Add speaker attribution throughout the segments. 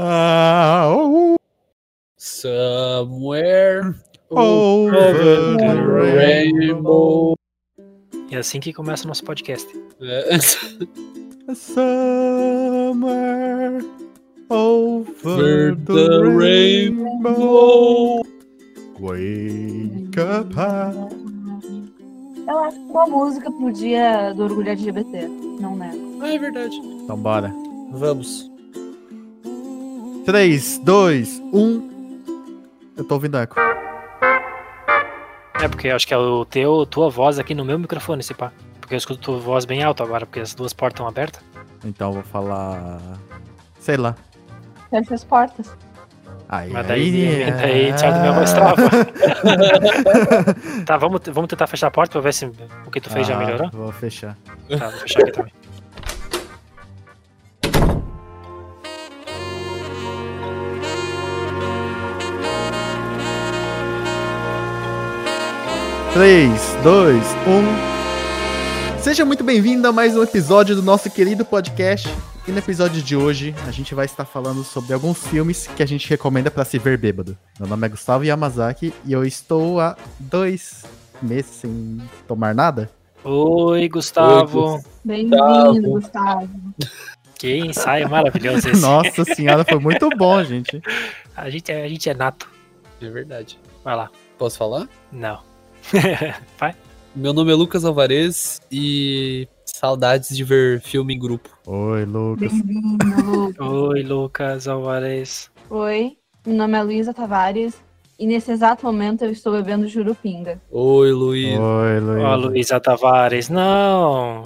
Speaker 1: Ah, oh,
Speaker 2: Somewhere
Speaker 1: Over
Speaker 2: over
Speaker 1: Oh, the
Speaker 2: the rainbow.
Speaker 3: É assim que começa o nosso podcast.
Speaker 2: É.
Speaker 1: somewhere over
Speaker 2: Over
Speaker 1: the,
Speaker 2: the
Speaker 1: rainbow. Wake up high.
Speaker 4: Eu acho uma música pro dia do orgulho LGBT. Não né? nego.
Speaker 2: Ah, é verdade.
Speaker 1: Então bora.
Speaker 2: Vamos.
Speaker 1: 3, 2, 1. Eu tô ouvindo eco.
Speaker 3: É porque eu acho que é o teu, tua voz aqui no meu microfone, se pá. Porque eu escuto tua voz bem alto agora, porque as duas portas estão abertas.
Speaker 1: Então eu vou falar. Sei lá.
Speaker 4: Fecha as portas.
Speaker 1: Aí, Ah.
Speaker 3: Mas daí, daí, tchau, minha voz trava. Tá, vamos, vamos tentar fechar a porta pra ver se o que tu fez já
Speaker 1: Ah,
Speaker 3: melhorou.
Speaker 1: Vou fechar.
Speaker 3: Tá, vou fechar aqui também.
Speaker 1: Três, dois, um. Seja muito bem-vindo a mais um episódio do nosso querido podcast. E no episódio de hoje, a gente vai estar falando sobre alguns filmes que a gente recomenda pra se ver bêbado. Meu nome é Gustavo Yamazaki e eu estou há dois meses sem tomar nada.
Speaker 3: Oi, Gustavo.
Speaker 4: Bem-vindo, Gustavo.
Speaker 3: Que ensaio maravilhoso esse.
Speaker 1: Nossa senhora, foi muito bom, gente.
Speaker 3: A gente, é, a gente é nato.
Speaker 2: É verdade.
Speaker 3: Vai lá.
Speaker 2: Posso falar?
Speaker 3: Não.
Speaker 2: Meu nome é Lucas Alvarez e saudades de ver filme em grupo.
Speaker 1: Oi, Lucas.
Speaker 4: Bem-vindo, Lu.
Speaker 3: Oi, Lucas Alvarez.
Speaker 4: Oi, meu nome é Luísa Tavares. E nesse exato momento eu estou bebendo jurupinga.
Speaker 2: Oi, Luiz.
Speaker 1: Oi,
Speaker 3: Ó,
Speaker 1: Luiz.
Speaker 3: Luísa Tavares, não!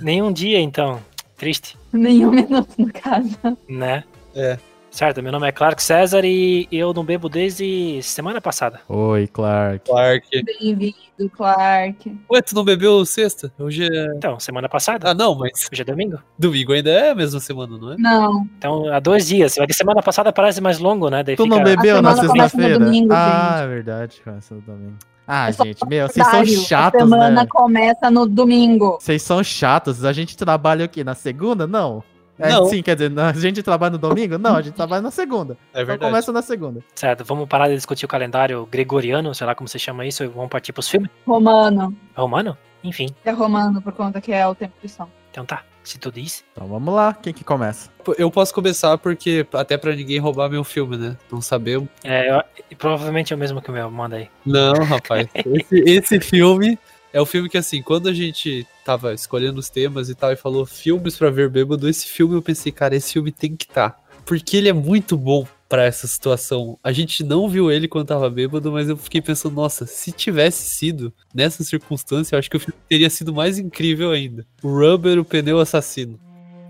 Speaker 3: Nenhum dia, então. Triste,
Speaker 4: Nenhum minuto, no caso.
Speaker 3: né?
Speaker 2: É.
Speaker 3: Certo, meu nome é Clark César e eu não bebo desde semana passada.
Speaker 1: Oi, Clark.
Speaker 2: Clark.
Speaker 4: Bem-vindo, Clark.
Speaker 2: Ué, tu não bebeu sexta? Hoje é.
Speaker 3: Então, semana passada.
Speaker 2: Ah, não, mas
Speaker 3: Hoje é domingo.
Speaker 2: domingo ainda é a mesma semana, não é?
Speaker 4: Não,
Speaker 3: Então, há dois dias. Só que semana passada parece mais longo, né? Daí
Speaker 1: Tu
Speaker 3: fica...
Speaker 1: não bebeu na
Speaker 4: semana começa no
Speaker 1: sexta-feira?
Speaker 4: domingo,
Speaker 1: Ah, é verdade, começa no domingo. Ah,
Speaker 4: Eu sou
Speaker 1: gente, meu, vocês são
Speaker 4: Dário,
Speaker 1: chatos,
Speaker 4: a semana
Speaker 1: né?
Speaker 4: começa no domingo.
Speaker 1: Vocês são chatos. A gente trabalha aqui na segunda? Não. É,
Speaker 2: Não.
Speaker 1: Sim, quer dizer, a gente trabalha no domingo? Não, a gente trabalha na segunda.
Speaker 2: É
Speaker 1: Então
Speaker 2: verdade.
Speaker 1: começa na segunda.
Speaker 3: Certo, vamos parar de discutir o calendário gregoriano, sei lá como se chama isso, e vamos partir pros filmes.
Speaker 4: Romano.
Speaker 3: Romano? Enfim,
Speaker 4: É romano, por conta que é o tempo cristão.
Speaker 3: então tá. Se tu diz.
Speaker 1: Então vamos lá, quem que começa?
Speaker 2: Eu posso começar porque até pra ninguém roubar meu filme, né? Não sabemos.
Speaker 3: É, eu- provavelmente é o mesmo que o meu, manda aí.
Speaker 2: Não, rapaz. Esse, esse filme é o filme que, assim, quando a gente tava escolhendo os temas e tal, e falou filmes pra ver bêbado, esse filme eu pensei, cara, esse filme tem que estar. porque ele é muito bom pra essa situação. A gente não viu ele quando tava bêbado, mas eu fiquei pensando, nossa, se tivesse sido nessa circunstância, eu acho que o filme teria sido mais incrível ainda. O Rubber, o pneu assassino.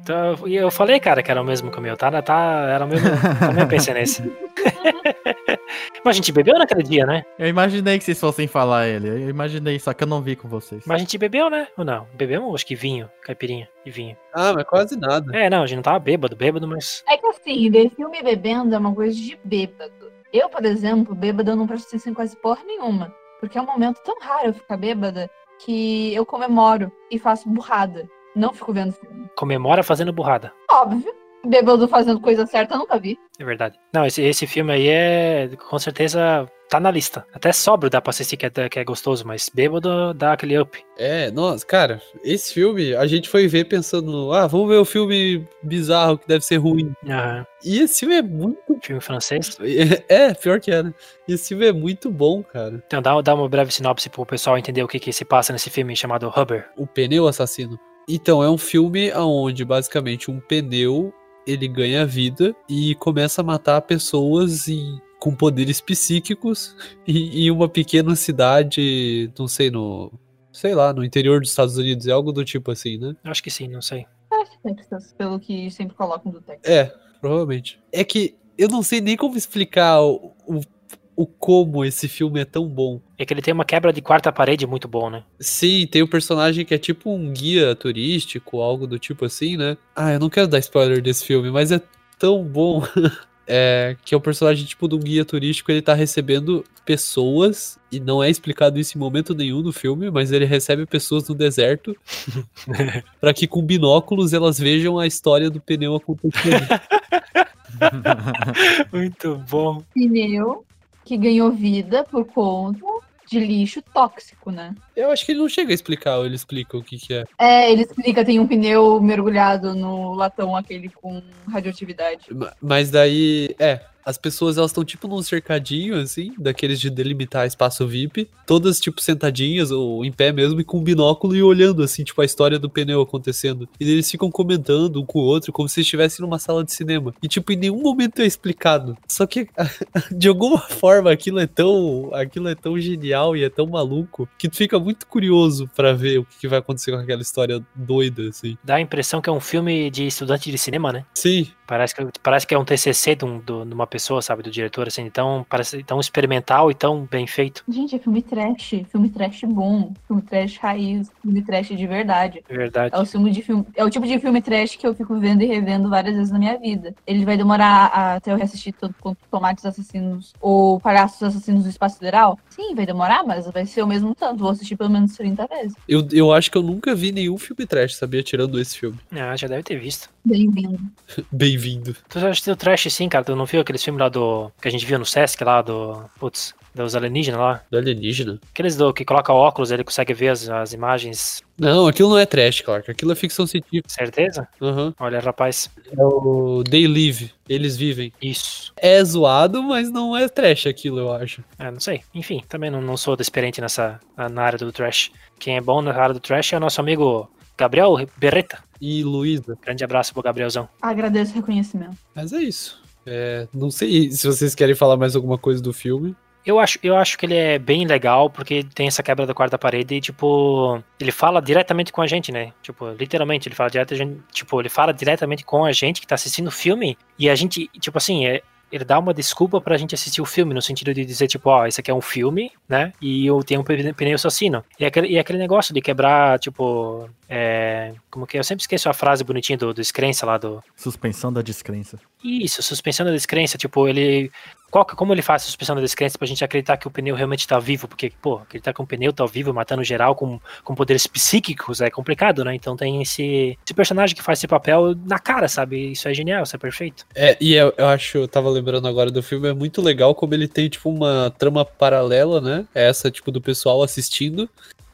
Speaker 3: Então, eu- e eu falei, cara, que era o mesmo que o meu, tá? tá era o mesmo. Também pensei nesse. Mas a gente bebeu naquele dia, né?
Speaker 1: Eu imaginei que vocês fossem falar ele. Eu imaginei, só que eu não vi com vocês.
Speaker 3: Mas a gente bebeu, né? Ou não? Bebemos, acho que vinho, caipirinha e vinho.
Speaker 2: Ah, mas quase nada.
Speaker 3: É, não, a gente não tava bêbado, bêbado, mas.
Speaker 4: É que assim, ver filme bebendo é uma coisa de bêbado. Eu, por exemplo, bêbada eu não presto atenção em quase porra nenhuma. Porque é um momento tão raro eu ficar bêbada que eu comemoro e faço burrada. Não fico vendo filme.
Speaker 3: Comemora fazendo burrada.
Speaker 4: Óbvio. Bêbado fazendo coisa certa, eu nunca vi.
Speaker 3: É verdade. Não, esse, esse filme aí é. Com certeza tá na lista. Até sóbrio dá pra assistir que é, que é gostoso, mas bêbado dá aquele up.
Speaker 2: É, nossa, cara, esse filme a gente foi ver pensando, ah, vamos ver o filme bizarro que deve ser ruim.
Speaker 3: Aham.
Speaker 2: E esse filme é muito.
Speaker 3: Filme francês.
Speaker 2: É, pior que é, né? Esse filme é muito bom, cara.
Speaker 3: Então dá, dá uma breve sinopse pro pessoal entender o que, que se passa nesse filme chamado Rubber.
Speaker 2: O Pneu Assassino. Então, é um filme onde basicamente um pneu ele ganha vida e começa a matar pessoas em- com poderes psíquicos em, em uma pequena cidade, não sei, no. Sei lá, no interior dos Estados Unidos, é algo do tipo assim, né?
Speaker 3: Eu Acho que sim, não sei.
Speaker 4: Acho que Texas, pelo que sempre colocam do Texas.
Speaker 2: É, provavelmente. É que eu não sei nem como explicar o, o, o como esse filme é tão bom.
Speaker 3: É que ele tem uma quebra de quarta parede muito bom, né?
Speaker 2: Sim, tem um personagem que é tipo um guia turístico, algo do tipo assim, né? Ah, eu não quero dar spoiler desse filme, mas é tão bom. É, que é um personagem tipo do guia turístico, ele tá recebendo pessoas, e não é explicado isso em momento nenhum no filme, mas ele recebe pessoas no deserto pra que com binóculos elas vejam a história do pneu acontecendo.
Speaker 3: Muito bom.
Speaker 4: Pneu que ganhou vida por conta de lixo tóxico, né?
Speaker 2: Eu acho que ele não chega a explicar, ou ele explica o que, que é.
Speaker 4: É, ele explica, tem um pneu mergulhado no latão aquele com radioatividade.
Speaker 2: Ma- Mas daí, é, as pessoas elas estão tipo num cercadinho, assim, daqueles de delimitar espaço VIP, todas tipo sentadinhas ou em pé mesmo e com um binóculo e olhando, assim, tipo a história do pneu acontecendo. E eles ficam comentando um com o outro como se estivesse numa sala de cinema. E tipo, em nenhum momento é explicado. Só que de alguma forma aquilo é tão, aquilo é tão genial e é tão maluco que tu fica muito curioso pra ver o que que vai acontecer com aquela história doida, assim.
Speaker 3: Dá a impressão que é um filme de estudante de cinema, né?
Speaker 2: Sim,
Speaker 3: Parece que, parece que é um TCC de, um, do- de uma pessoa, sabe? Do diretor, assim. Então, parece tão experimental e tão bem feito.
Speaker 4: Gente, é filme trash, filme trash bom, filme trash raiz, filme trash de verdade.
Speaker 3: É verdade.
Speaker 4: É o, filme de filme, é o tipo de filme trash que eu fico vendo e revendo várias vezes na minha vida. Ele vai demorar a- até eu reassistir tanto quanto Tomates Assassinos ou Palhaços Assassinos do Espaço Sideral? Sim, vai demorar, mas vai ser o mesmo tanto. Vou assistir pelo menos 30 vezes.
Speaker 2: Eu, eu acho que eu nunca vi nenhum filme trash, sabia? Tirando esse filme.
Speaker 3: Ah, já deve ter visto.
Speaker 4: Bem-vindo.
Speaker 2: Bem-vindo.
Speaker 3: Tu já assistiu Trash sim, cara? Tu não viu aqueles filmes lá do. que a gente viu no Sesc lá do. Putz, dos alienígenas lá?
Speaker 2: Do alienígena?
Speaker 3: Aqueles do que coloca óculos, ele consegue ver as, as imagens.
Speaker 2: Não, aquilo não é trash, Clark. Aquilo é ficção científica.
Speaker 3: Certeza?
Speaker 2: Aham.
Speaker 3: Olha, rapaz.
Speaker 2: É o They Live. Eles vivem.
Speaker 3: Isso.
Speaker 2: É zoado, mas não é trash aquilo, eu acho.
Speaker 3: É, não sei. Enfim, também não, não sou experiente nessa, na na área do Trash. Quem é bom na área do Trash é o nosso amigo Gabriel Berreta.
Speaker 2: E Luísa.
Speaker 3: Grande abraço pro Gabrielzão.
Speaker 4: Agradeço o reconhecimento.
Speaker 2: Mas é isso. É, não sei se vocês querem falar mais alguma coisa do filme.
Speaker 3: Eu acho, eu acho que ele é bem legal, porque tem essa quebra da quarta parede e, tipo, ele fala diretamente com a gente, né? Tipo, literalmente, ele fala diretamente, tipo, ele fala diretamente com a gente que tá assistindo o filme e a gente, tipo assim, é- ele dá uma desculpa pra gente assistir o filme, no sentido de dizer, tipo, ó, esse aqui é um filme, né? E eu tenho um pne- pneu assassino. E aquele, e aquele negócio de quebrar, tipo, é, como que é? Eu sempre esqueço a frase bonitinha do, do descrença lá do,
Speaker 1: Suspensão da descrença.
Speaker 3: isso, suspensão da descrença, tipo, ele. Qual, que- como ele faz a suspensão da descrença pra gente acreditar que o pneu realmente tá vivo? Porque, pô, acreditar que um pneu tá vivo, matando geral com, com poderes psíquicos é complicado, né? Então tem esse, esse personagem que faz esse papel na cara, sabe? Isso é genial, isso é perfeito.
Speaker 2: É, e eu, eu acho, eu tava lembrando agora do filme, é muito legal como ele tem, tipo, uma trama paralela, né? Essa, tipo, do pessoal assistindo.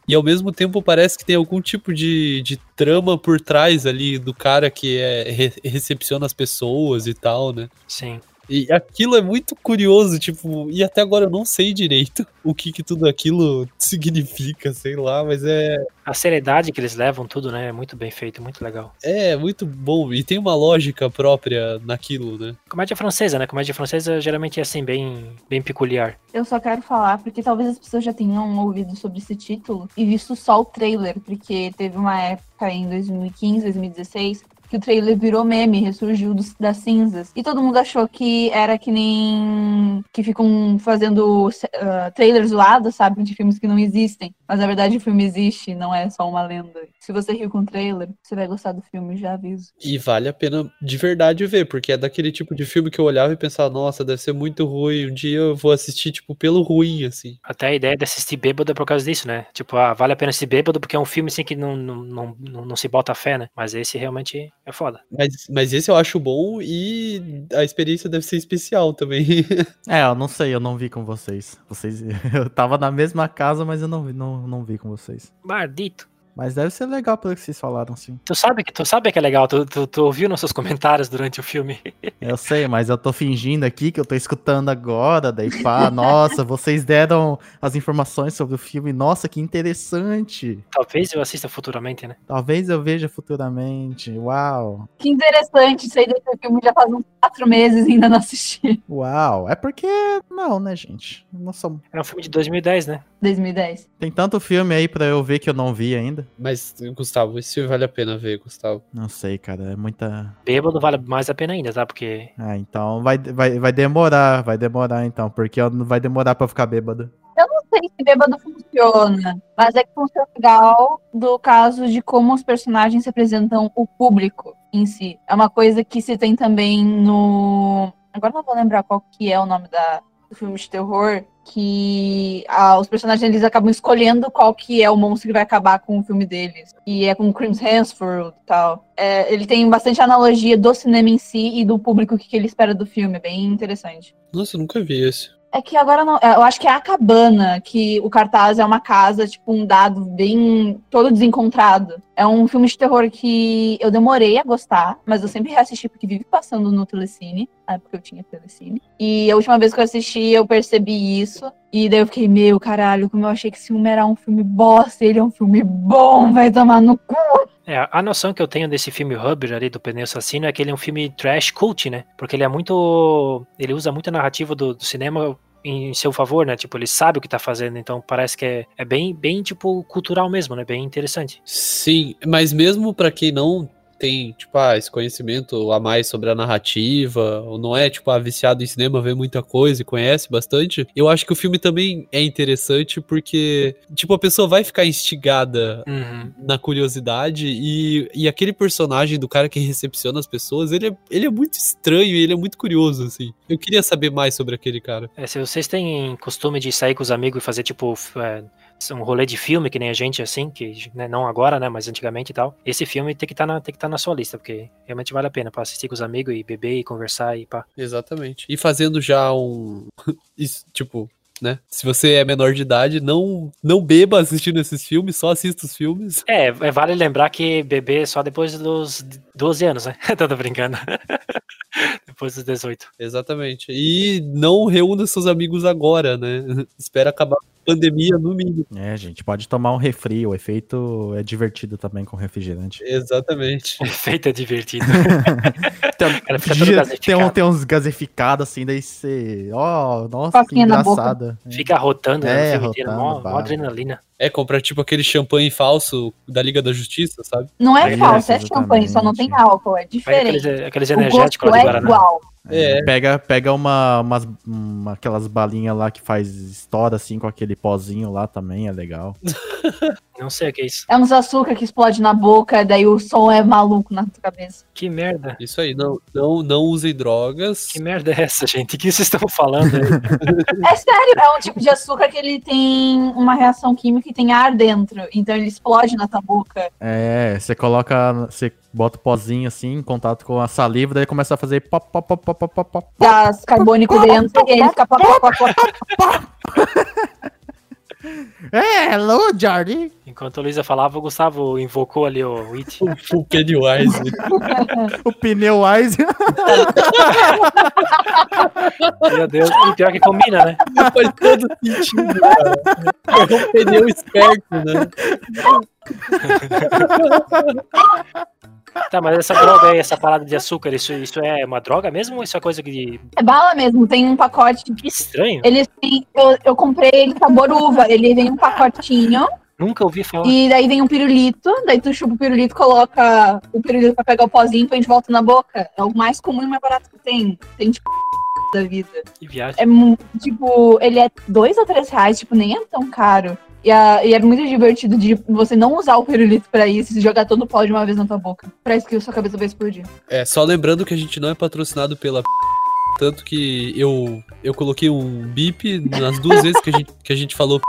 Speaker 2: E ao mesmo tempo parece que tem algum tipo de, de trama por trás ali do cara que é, re- recepciona as pessoas e tal, né?
Speaker 3: Sim.
Speaker 2: E aquilo é muito curioso, tipo, e até agora eu não sei direito o que, que tudo aquilo significa, sei lá, mas é,
Speaker 3: A seriedade que eles levam, tudo, né? É muito bem feito, muito legal.
Speaker 2: é muito bom. E tem uma lógica própria naquilo, né?
Speaker 3: Comédia francesa, né? Comédia francesa geralmente é assim, bem, bem peculiar.
Speaker 4: Eu só quero falar, porque talvez as pessoas já tenham ouvido sobre esse título e visto só o trailer, porque teve uma época em 2015, 2016, que o trailer virou meme, ressurgiu dos- das cinzas. E todo mundo achou que era que nem. que ficam fazendo ah, trailers zoados, sabe? De filmes que não existem. Mas na verdade o filme existe, não é só uma lenda. Se você riu com o trailer, você vai gostar do filme, já aviso.
Speaker 2: E vale a pena de verdade ver, porque é daquele tipo de filme que eu olhava e pensava, nossa, deve ser muito ruim, um dia eu vou assistir, tipo, pelo ruim, assim.
Speaker 3: Até a ideia de assistir bêbado é por causa disso, né? Tipo, ah, vale a pena assistir bêbado porque é um filme assim que não, não, não, não, não se bota fé, né? Mas esse realmente é foda.
Speaker 2: Mas, mas esse eu acho bom e a experiência deve ser especial também.
Speaker 1: É, eu não sei, eu não vi com vocês. Vocês, eu tava na mesma casa, mas eu não vi, não, não vi com vocês.
Speaker 3: Mardito.
Speaker 1: Mas deve ser legal pelo que vocês falaram, sim.
Speaker 3: Tu sabe que, tu sabe que é legal, tu, tu, tu ouviu nossos comentários durante o filme.
Speaker 1: Eu sei, mas eu tô fingindo aqui que eu tô escutando agora, daí pá, nossa, vocês deram as informações sobre o filme, nossa, que interessante.
Speaker 3: Talvez eu assista futuramente, né?
Speaker 1: Talvez eu veja futuramente. Uau,
Speaker 4: Que interessante, sei desse filme já faz uns quatro meses e ainda não assisti.
Speaker 1: uau. É porque não, né, gente? Não sou...
Speaker 3: É um filme de 2010, né?
Speaker 4: 2010.
Speaker 1: Tem tanto filme aí pra eu ver que eu não vi ainda.
Speaker 2: mas, Gustavo, esse filme vale a pena ver, Gustavo.
Speaker 1: Não sei, cara, é muita
Speaker 3: Bêbado vale mais a pena ainda, tá? Porque
Speaker 1: Ah, então vai, vai, vai demorar, vai demorar então, porque eu não vai demorar pra eu ficar bêbado.
Speaker 4: sei se bêbado funciona, mas é que funciona legal do caso de como os personagens representam o público em si. É uma coisa que se tem também no. Agora não vou lembrar qual que é o nome da, do filme de terror que ah, os personagens eles acabam escolhendo qual que é o monstro que vai acabar com o filme deles. E é com o Chris Hemsworth e tal. É, ele tem bastante analogia do cinema em si e do público o que, que ele espera do filme. É bem interessante.
Speaker 2: Nossa, eu nunca vi esse.
Speaker 4: É que agora não. é, Eu acho que é a cabana, que o cartaz é uma casa, tipo, um dado bem. todo desencontrado. É um filme de terror que eu demorei a gostar, mas eu sempre reassisti porque vive passando no Telecine, na época eu tinha Telecine. E a última vez que eu assisti, eu percebi isso. E daí eu fiquei, meu caralho, como eu achei que esse filme era um filme bosta, ele é um filme bom, vai tomar no cu.
Speaker 3: É, a noção que eu tenho desse filme Hubber ali do Pneu Assassino é que ele é um filme trash cult, né? Porque ele é muito. Ele usa muito a narrativa do, do cinema em seu favor, né? Tipo, ele sabe o que tá fazendo, então parece que é, é bem, bem, tipo, cultural mesmo, né? Bem interessante.
Speaker 2: Sim, mas mesmo pra quem não tem, tipo, ah, esse conhecimento a mais sobre a narrativa, ou não é, tipo, ah, viciado em cinema, vê muita coisa e conhece bastante, eu acho que o filme também é interessante porque, tipo, a pessoa vai ficar instigada
Speaker 3: Uhum.
Speaker 2: na curiosidade e, e aquele personagem do cara que recepciona as pessoas, ele é, ele é muito estranho e ele é muito curioso, assim. Eu queria saber mais sobre aquele cara.
Speaker 3: É, se vocês têm costume de sair com os amigos e fazer, tipo, f- é, um rolê de filme, que nem a gente, assim, que né, não agora, né, mas antigamente e tal, esse filme tem que estar na, tem que tá na sua lista, porque realmente vale a pena pra assistir com os amigos e beber e conversar e pá.
Speaker 2: Exatamente. E fazendo já um. isso, tipo. Né? Se você é menor de idade, não não beba assistindo esses filmes, só assista os filmes.
Speaker 3: É, é, vale lembrar que beber é só depois dos 12 anos, né? Tô brincando. depois dos 18.
Speaker 2: Exatamente. E não reúna seus amigos agora, né? Espera acabar a pandemia no mínimo.
Speaker 1: É, gente, pode tomar um refri, o efeito é divertido também com refrigerante.
Speaker 2: Exatamente.
Speaker 3: Feita é divertido.
Speaker 1: Tem, tem,
Speaker 3: Ela fica toda
Speaker 1: um-
Speaker 3: gaseificada.
Speaker 1: tem uns gaseificados assim, daí você. Ó, nossa, que
Speaker 4: Coquinha na boca.
Speaker 1: engraçada. É.
Speaker 3: Fica rotando
Speaker 1: É,
Speaker 3: né, no filme inteiro, mó,
Speaker 1: rotando,
Speaker 3: mó
Speaker 1: bah.
Speaker 3: adrenalina.
Speaker 2: É comprar tipo aquele champanhe falso da Liga da Justiça, sabe?
Speaker 4: Não é
Speaker 1: É,
Speaker 4: falso, é champanhe, só não tem
Speaker 1: exatamente.
Speaker 4: álcool, é
Speaker 3: Pega
Speaker 4: diferente.
Speaker 3: aqueles, aqueles
Speaker 4: O
Speaker 3: energéticos
Speaker 4: gosto
Speaker 3: lá de
Speaker 4: é
Speaker 3: Guaraná.
Speaker 4: igual.
Speaker 2: É.
Speaker 1: Pega, pega uma, umas, uma- aquelas balinhas lá que faz estoura assim com aquele pozinho lá também, é legal.
Speaker 3: Não sei o que é isso.
Speaker 4: É uns açúcar que explode na boca, daí o som é maluco na tua cabeça.
Speaker 3: Que merda.
Speaker 2: Isso aí, não, não, não usem drogas.
Speaker 3: Que merda é essa, gente? O que vocês estão falando aí?
Speaker 4: É sério, é um tipo de açúcar que ele tem uma reação química e tem ar dentro. Então ele explode na tua boca.
Speaker 1: É, você coloca, você bota o pozinho assim em contato com a saliva, daí começa a fazer pop, pop, pop, pop, pop, pop.
Speaker 4: Gás carbônico dentro e ele fica pá, pá, pá, pá, pá.
Speaker 1: É, hello, Jordi!
Speaker 3: Enquanto a Luísa falava, o Gustavo invocou ali o It.
Speaker 2: O Pennywise.
Speaker 1: O pneu Wise.
Speaker 3: Meu Deus. E pior que combina, né?
Speaker 2: Não faz todo sentido, cara. É um pneu esperto, né?
Speaker 3: Tá, mas essa droga aí, essa parada de açúcar, isso, isso é uma droga mesmo ou isso é coisa que.
Speaker 4: É bala mesmo, tem um pacote.
Speaker 3: Que estranho.
Speaker 4: Eles têm. Eu, eu comprei ele sabor uva. Ele vem um pacotinho
Speaker 3: Nunca ouvi falar.
Speaker 4: e daí vem um pirulito. Daí tu chupa o pirulito, coloca o pirulito pra pegar o pozinho, põe de volta na boca. É o mais comum e mais barato que tem. Tem tipo da vida.
Speaker 3: Que viagem.
Speaker 4: é mu- tipo, ele é dois ou três reais, tipo, nem é tão caro. E, a- e é muito divertido de você não usar o pirulito pra isso e jogar todo o pó de uma vez na tua boca. Pra isso que a sua cabeça vai explodir.
Speaker 2: É, só lembrando que a gente não é patrocinado pela p****, tanto que eu eu coloquei um bip nas duas vezes que a gente, que a gente falou. p****.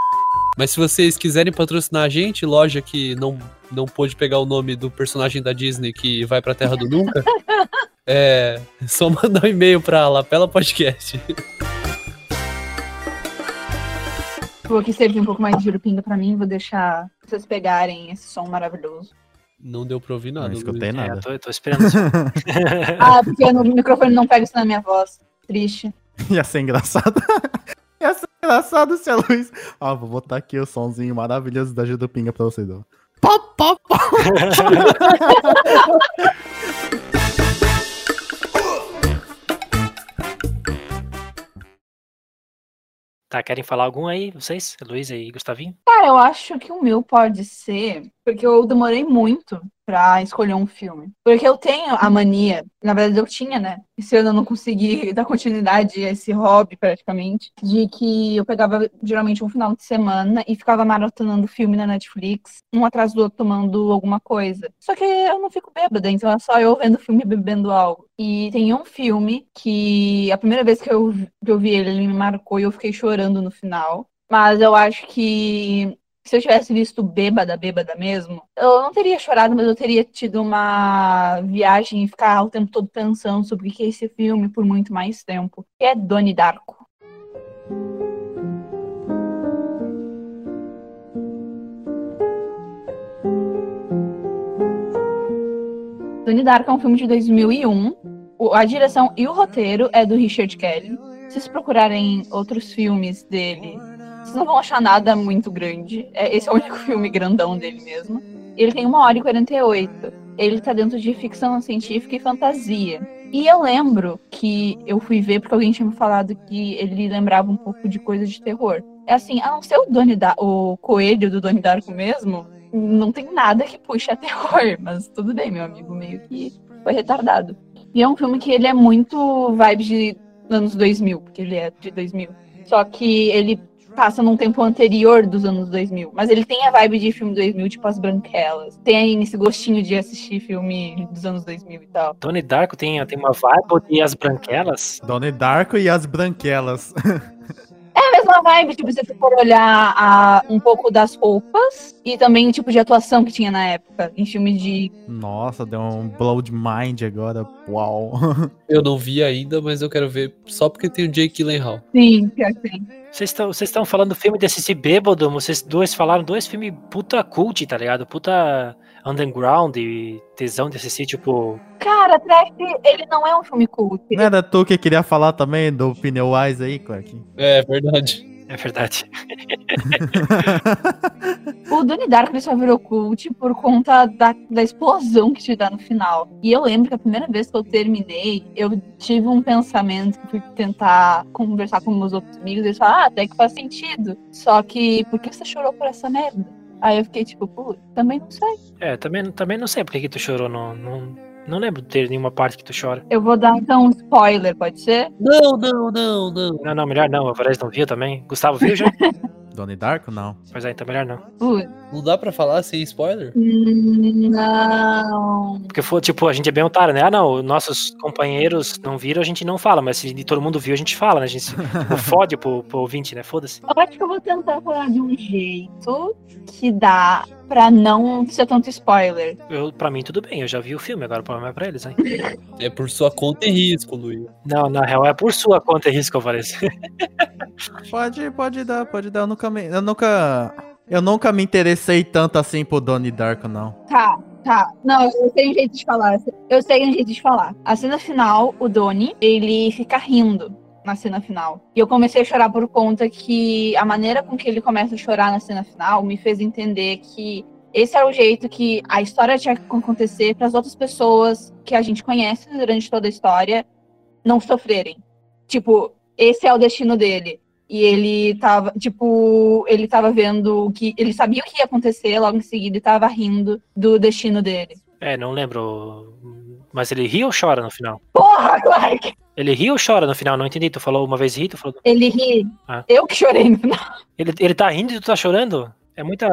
Speaker 2: Mas se vocês quiserem patrocinar a gente, loja que não não pôde pegar o nome do personagem da Disney que vai pra Terra do Nunca, é é só mandar um e-mail pra Lapela Podcast.
Speaker 4: Vou aqui servir um pouco mais de jurupinga pra mim, vou deixar vocês pegarem esse som maravilhoso.
Speaker 2: Não deu pra ouvir nada.
Speaker 1: Não
Speaker 2: Luiz.
Speaker 1: escutei
Speaker 3: É,
Speaker 1: nada.
Speaker 3: eu tô, eu tô esperando. isso.
Speaker 4: Ah, porque eu não- o microfone não pega isso na minha voz. Triste.
Speaker 1: Ia ser engraçado. Ia ser engraçado se a Luiz. Ó, vou botar aqui o somzinho maravilhoso da Judupinga pra vocês. ó. Pop, pop, pop.
Speaker 3: Tá, querem falar algum aí, vocês? Luiz e Gustavinho?
Speaker 4: Cara, eu acho que o meu pode ser, porque eu demorei muito pra escolher um filme. Porque eu tenho a mania, na verdade eu tinha, né? Esse ano eu não consegui dar continuidade a esse hobby, praticamente, de que eu pegava geralmente um final de semana e ficava maratonando filme na Netflix, um atrás do outro tomando alguma coisa. Só que eu não fico bêbada, então é só eu vendo filme e bebendo algo. E tem um filme que a primeira vez que eu, que eu vi ele, ele me marcou e eu fiquei chorando no final. Mas eu acho que se eu tivesse visto bêbada, bêbada mesmo, eu não teria chorado, mas eu teria tido uma viagem e ficar o tempo todo pensando sobre o que é esse filme por muito mais tempo. Que é Doni Darko. Doni Darko é um filme de 2001. O- A direção e o roteiro é do Richard Kelly. Se vocês procurarem outros filmes dele, vocês não vão achar nada muito grande. É, esse é o único filme grandão dele mesmo. Ele tem uma hora e 48. Ele tá dentro de ficção científica e fantasia. E eu lembro que eu fui ver porque alguém tinha me falado que ele lembrava um pouco de coisa de terror. É assim, a não ser o, Doni da o coelho do Doni Darko mesmo, não tem nada que puxe a terror. Mas tudo bem, meu amigo, meio que foi retardado. E é um filme que ele é muito vibe de anos 2000, porque ele é de 2000. Só que ele passa num tempo anterior dos anos 2000. Mas ele tem a vibe de filme 2000, tipo As Branquelas. Tem esse gostinho de assistir filme dos anos 2000 e tal.
Speaker 3: Tony Darko tem, tem uma vibe de As Branquelas.
Speaker 1: Donnie Darko e as Branquelas.
Speaker 4: É a mesma vibe, tipo, se você for olhar a- um pouco das roupas e também o tipo de atuação que tinha na época em filme de...
Speaker 1: Nossa, deu um blow de mind agora. Uau.
Speaker 2: Eu não vi ainda, mas eu quero ver só porque tem o Jake Gyllenhaal.
Speaker 4: Sim, pior que é assim. tem.
Speaker 3: Vocês estão vocês estão falando filme desse esse bêbado, vocês dois falaram dois filmes puta cult, tá ligado? Puta underground e tesão de assistir, tipo.
Speaker 4: Cara, Trash, ele não é um filme cult.
Speaker 1: Não era tu que queria falar também do Pneumwise aí, Clark?
Speaker 2: É verdade.
Speaker 3: É verdade.
Speaker 4: O Donnie Darko ele só virou cult por conta da, da explosão que te dá no final. E eu lembro que a primeira vez que eu terminei, eu tive um pensamento que fui tentar conversar com meus outros amigos. E eles falaram, ah, até que faz sentido. Só que, por que você chorou por essa merda? Aí eu fiquei tipo, putz, também não sei.
Speaker 3: É, também, também não sei por que que tu chorou, não, não. Não lembro de ter nenhuma parte que tu chora.
Speaker 4: Eu vou dar então um spoiler, pode ser?
Speaker 2: Não, não, não, não.
Speaker 3: Não, não, melhor não. O Alvarez não viu também. Gustavo viu já?
Speaker 1: Donnie Darko, não.
Speaker 3: pois é, então melhor não.
Speaker 4: Putz,
Speaker 2: Não dá pra falar sem spoiler?
Speaker 4: hum, não.
Speaker 3: Porque foi, tipo, a gente é bem otário, né? Ah, não, nossos companheiros não viram, a gente não fala, mas se todo mundo viu, a gente fala, né? A gente se tipo, fode pro, pro ouvinte, né? Foda-se.
Speaker 4: Eu acho que eu vou tentar falar de um jeito que dá pra não ser tanto spoiler.
Speaker 3: Eu, pra mim, tudo bem, eu já vi o filme, agora o problema é pra eles, hein?
Speaker 2: É por sua conta e risco, Luiz.
Speaker 3: Não, na real, é por sua conta e risco, Alvarez.
Speaker 1: Pode, pode dar, pode dar. Eu nunca me, eu nunca, eu nunca me interessei tanto assim pro Donnie Darko, não.
Speaker 4: Tá, tá. Não, eu sei um jeito de falar. Eu sei um jeito de falar. A cena final, o Doni, ele fica rindo na cena final. E eu comecei a chorar por conta que a maneira com que ele começa a chorar na cena final me fez entender que esse era o jeito que a história tinha que acontecer para as outras pessoas que a gente conhece durante toda a história não sofrerem. Tipo, esse é o destino dele. E ele tava, tipo, ele tava vendo o que. Ele sabia o que ia acontecer, logo em seguida, e tava rindo do destino dele.
Speaker 3: É, não lembro. Mas ele ri ou chora no final?
Speaker 4: Porra, Clark!
Speaker 3: Ele ri ou chora no final? Não entendi. Tu falou uma vez ri, tu falou.
Speaker 4: Ele ri.
Speaker 3: Ah.
Speaker 4: Eu que chorei no final.
Speaker 3: Ele, ele tá rindo e tu tá chorando? É muita,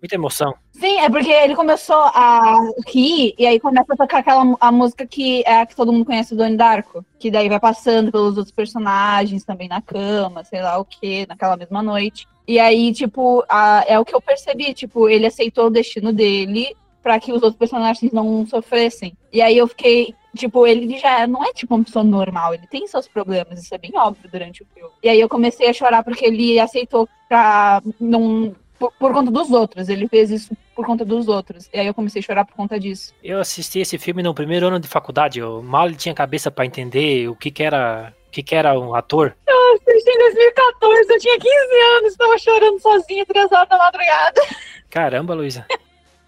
Speaker 3: muita emoção.
Speaker 4: Sim, é porque ele começou a rir e aí começa a tocar aquela mu- a música que é a que todo mundo conhece do Donnie Darko. Que daí vai passando pelos outros personagens também na cama, sei lá o que, naquela mesma noite. E aí, tipo, a- é o que eu percebi, tipo, ele aceitou o destino dele pra que os outros personagens não sofressem. E aí eu fiquei, tipo, ele já não é tipo uma pessoa normal, ele tem seus problemas, isso é bem óbvio durante o filme. E aí eu comecei a chorar porque ele aceitou pra não. Por, por conta dos outros, ele fez isso por conta dos outros. E aí eu comecei a chorar por conta disso.
Speaker 3: Eu assisti esse filme no primeiro ano de faculdade. Eu mal tinha cabeça pra entender o que que era, o que que era um ator.
Speaker 4: Assisti em 2014, eu tinha 15 anos, tava chorando sozinha, três horas da madrugada.
Speaker 3: Caramba, Luísa.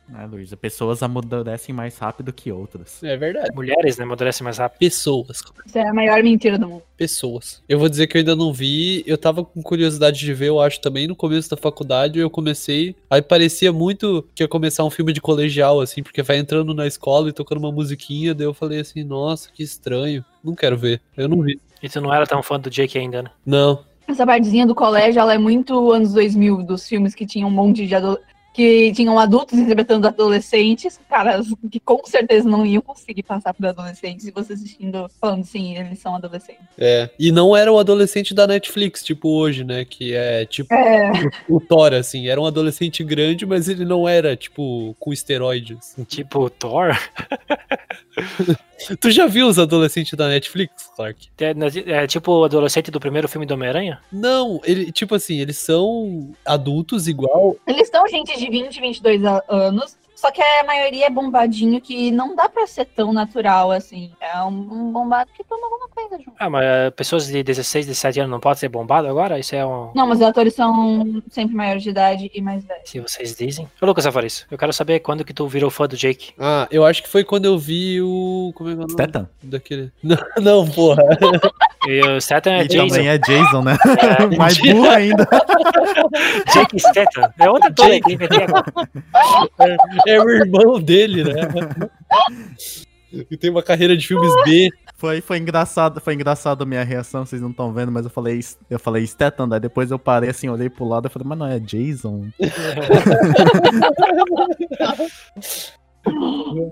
Speaker 1: né, Luísa? Pessoas amadurecem mais rápido que outras.
Speaker 2: É verdade.
Speaker 3: Mulheres, né? Amadurecem mais rápido.
Speaker 2: Pessoas,
Speaker 4: Isso é a maior mentira do mundo.
Speaker 2: pessoas. Eu vou dizer que eu ainda não vi, eu tava com curiosidade de ver, eu acho também, no começo da faculdade, eu comecei, aí parecia muito que ia começar um filme de colegial, assim, porque vai entrando na escola e tocando uma musiquinha, daí eu falei assim, nossa, que estranho, não quero ver, eu não vi.
Speaker 3: E tu não era tão fã do Jake ainda, né?
Speaker 2: Não,
Speaker 4: Essa partezinha do colégio, ela é muito anos 2000, dos filmes que tinham um monte de adolescentes. Que tinham adultos interpretando adolescentes, caras que com certeza não iam conseguir passar por adolescentes, e você assistindo, falando assim, eles são adolescentes.
Speaker 2: é. E não era o adolescente da Netflix, tipo hoje, né, que é tipo
Speaker 4: É,
Speaker 2: o Thor, assim, era um adolescente grande, mas ele não era, tipo, com esteroides.
Speaker 3: Tipo Thor.
Speaker 2: Tu já viu os adolescentes da Netflix, Clark?
Speaker 3: É, né, é tipo o adolescente do primeiro filme do Homem-Aranha?
Speaker 2: Não, ele, tipo assim, eles são adultos igual.
Speaker 4: eles são gente de 20, 22 a- anos, só que a maioria é bombadinho, que não dá pra ser tão natural assim. É um, um bombado que toma alguma coisa junto.
Speaker 3: Ah, mas é, pessoas de 16, 17 anos não podem ser bombado agora? Isso é um.
Speaker 4: Não, mas os atores são sempre maiores de idade e mais velhos.
Speaker 3: Se vocês dizem. Ô, Lucas Alvarez, eu quero saber quando que tu virou fã do Jake.
Speaker 2: Ah, eu acho que foi quando eu vi o. Como é que é o nome
Speaker 1: Statham.
Speaker 2: daquele? Não, não, porra.
Speaker 3: E o Statham é
Speaker 1: E também
Speaker 3: Jason.
Speaker 1: é Jason, né?
Speaker 3: É,
Speaker 1: Mais burro ainda.
Speaker 3: Jake Statham. É outra coisa que eu inventei agora.
Speaker 2: É o irmão dele, né? E tem uma carreira de filmes B.
Speaker 1: Foi, foi engraçado, foi engraçado a minha reação, vocês não estão vendo, mas eu falei, eu falei Statham, daí depois eu parei assim, olhei pro lado e falei, mas não é Jason?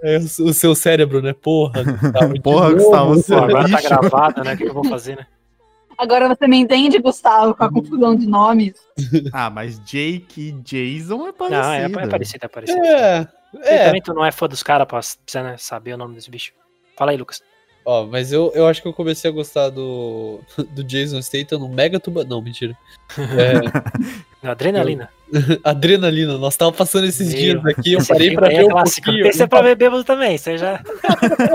Speaker 2: É o seu- o seu cérebro, né? Porra, Gustavo. de
Speaker 1: Porra,
Speaker 2: novo.
Speaker 1: Gustavo,
Speaker 3: Pô,
Speaker 1: seu
Speaker 3: agora tá
Speaker 1: lixo.
Speaker 3: gravado, né? O que que eu vou fazer, né?
Speaker 4: Agora você me entende, Gustavo, com a confusão de nomes.
Speaker 1: Ah, mas Jake e Jason é parecido.
Speaker 3: Não, é, é parecido, é parecido. E
Speaker 2: assim, É, é.
Speaker 3: também tu não é fã dos caras pra precisa, né, saber o nome dos bichos. Fala aí, Lucas.
Speaker 2: Ó, mas eu, eu acho que eu comecei a gostar do, do Jason Statham no Mega Tuba. Não, mentira. É,
Speaker 3: Adrenalina.
Speaker 2: adrenalina, nós tava passando esses
Speaker 3: Meu,
Speaker 2: dias aqui, eu
Speaker 3: Esse
Speaker 2: parei
Speaker 3: filme
Speaker 2: pra
Speaker 3: aí
Speaker 2: ver
Speaker 3: é
Speaker 2: um
Speaker 3: clássico.
Speaker 2: pouquinho.
Speaker 3: Esse é pra ver bêbado também, você já...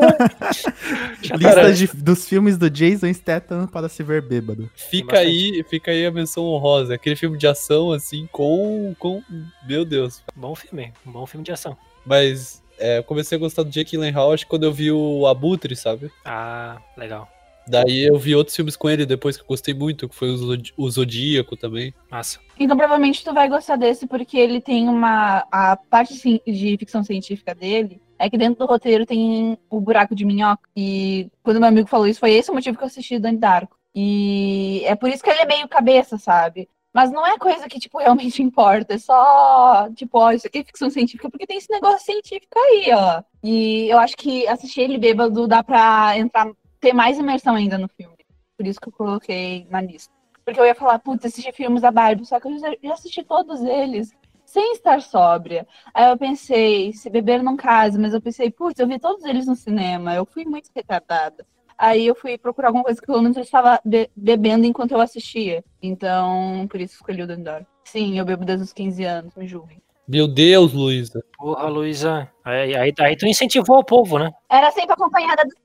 Speaker 3: já tá-
Speaker 1: Lista
Speaker 2: Cara,
Speaker 1: de- dos filmes do Jason Statham para se ver bêbado.
Speaker 2: Fica
Speaker 3: bastante.
Speaker 2: aí, fica aí a menção honrosa. Aquele filme de ação, assim, com. com meu Deus.
Speaker 3: Bom filme, um bom filme de ação.
Speaker 2: Mas é, eu comecei a gostar do Jake Hall, acho que quando eu vi o Abutre, sabe?
Speaker 3: Ah, legal.
Speaker 2: Daí eu vi outros filmes com ele depois que eu gostei muito, que foi o, Zod- o Zodíaco também.
Speaker 3: Massa.
Speaker 4: Então provavelmente tu vai gostar desse, porque ele tem uma. A parte ci- de ficção científica dele é que dentro do roteiro tem o buraco de minhoca. E quando meu amigo falou isso, foi esse o motivo que eu assisti Dante Darko. E é por isso que ele é meio cabeça, sabe? Mas não é coisa que, tipo, realmente importa. É só, tipo, ó, isso aqui é ficção científica, porque tem esse negócio científico aí, ó. E eu acho que assistir ele bêbado dá pra entrar, ter mais imersão ainda no filme. Por isso que eu coloquei na lista. Porque eu ia falar, putz, assisti filmes da Barbie, só que eu já, já assisti todos eles sem estar sóbria. Aí eu pensei, se beber não casa, mas eu pensei, putz, eu vi todos eles no cinema, eu fui muito retardada. Aí eu fui procurar alguma coisa que pelo menos eu estava be- bebendo enquanto eu assistia. Então, por isso escolhi o Dandor. Sim, eu bebo desde os 15 anos, me julguem.
Speaker 2: Meu Deus, Luísa.
Speaker 3: Porra, Luísa. Aí, aí, aí tu incentivou o povo, né?
Speaker 4: Era sempre acompanhada do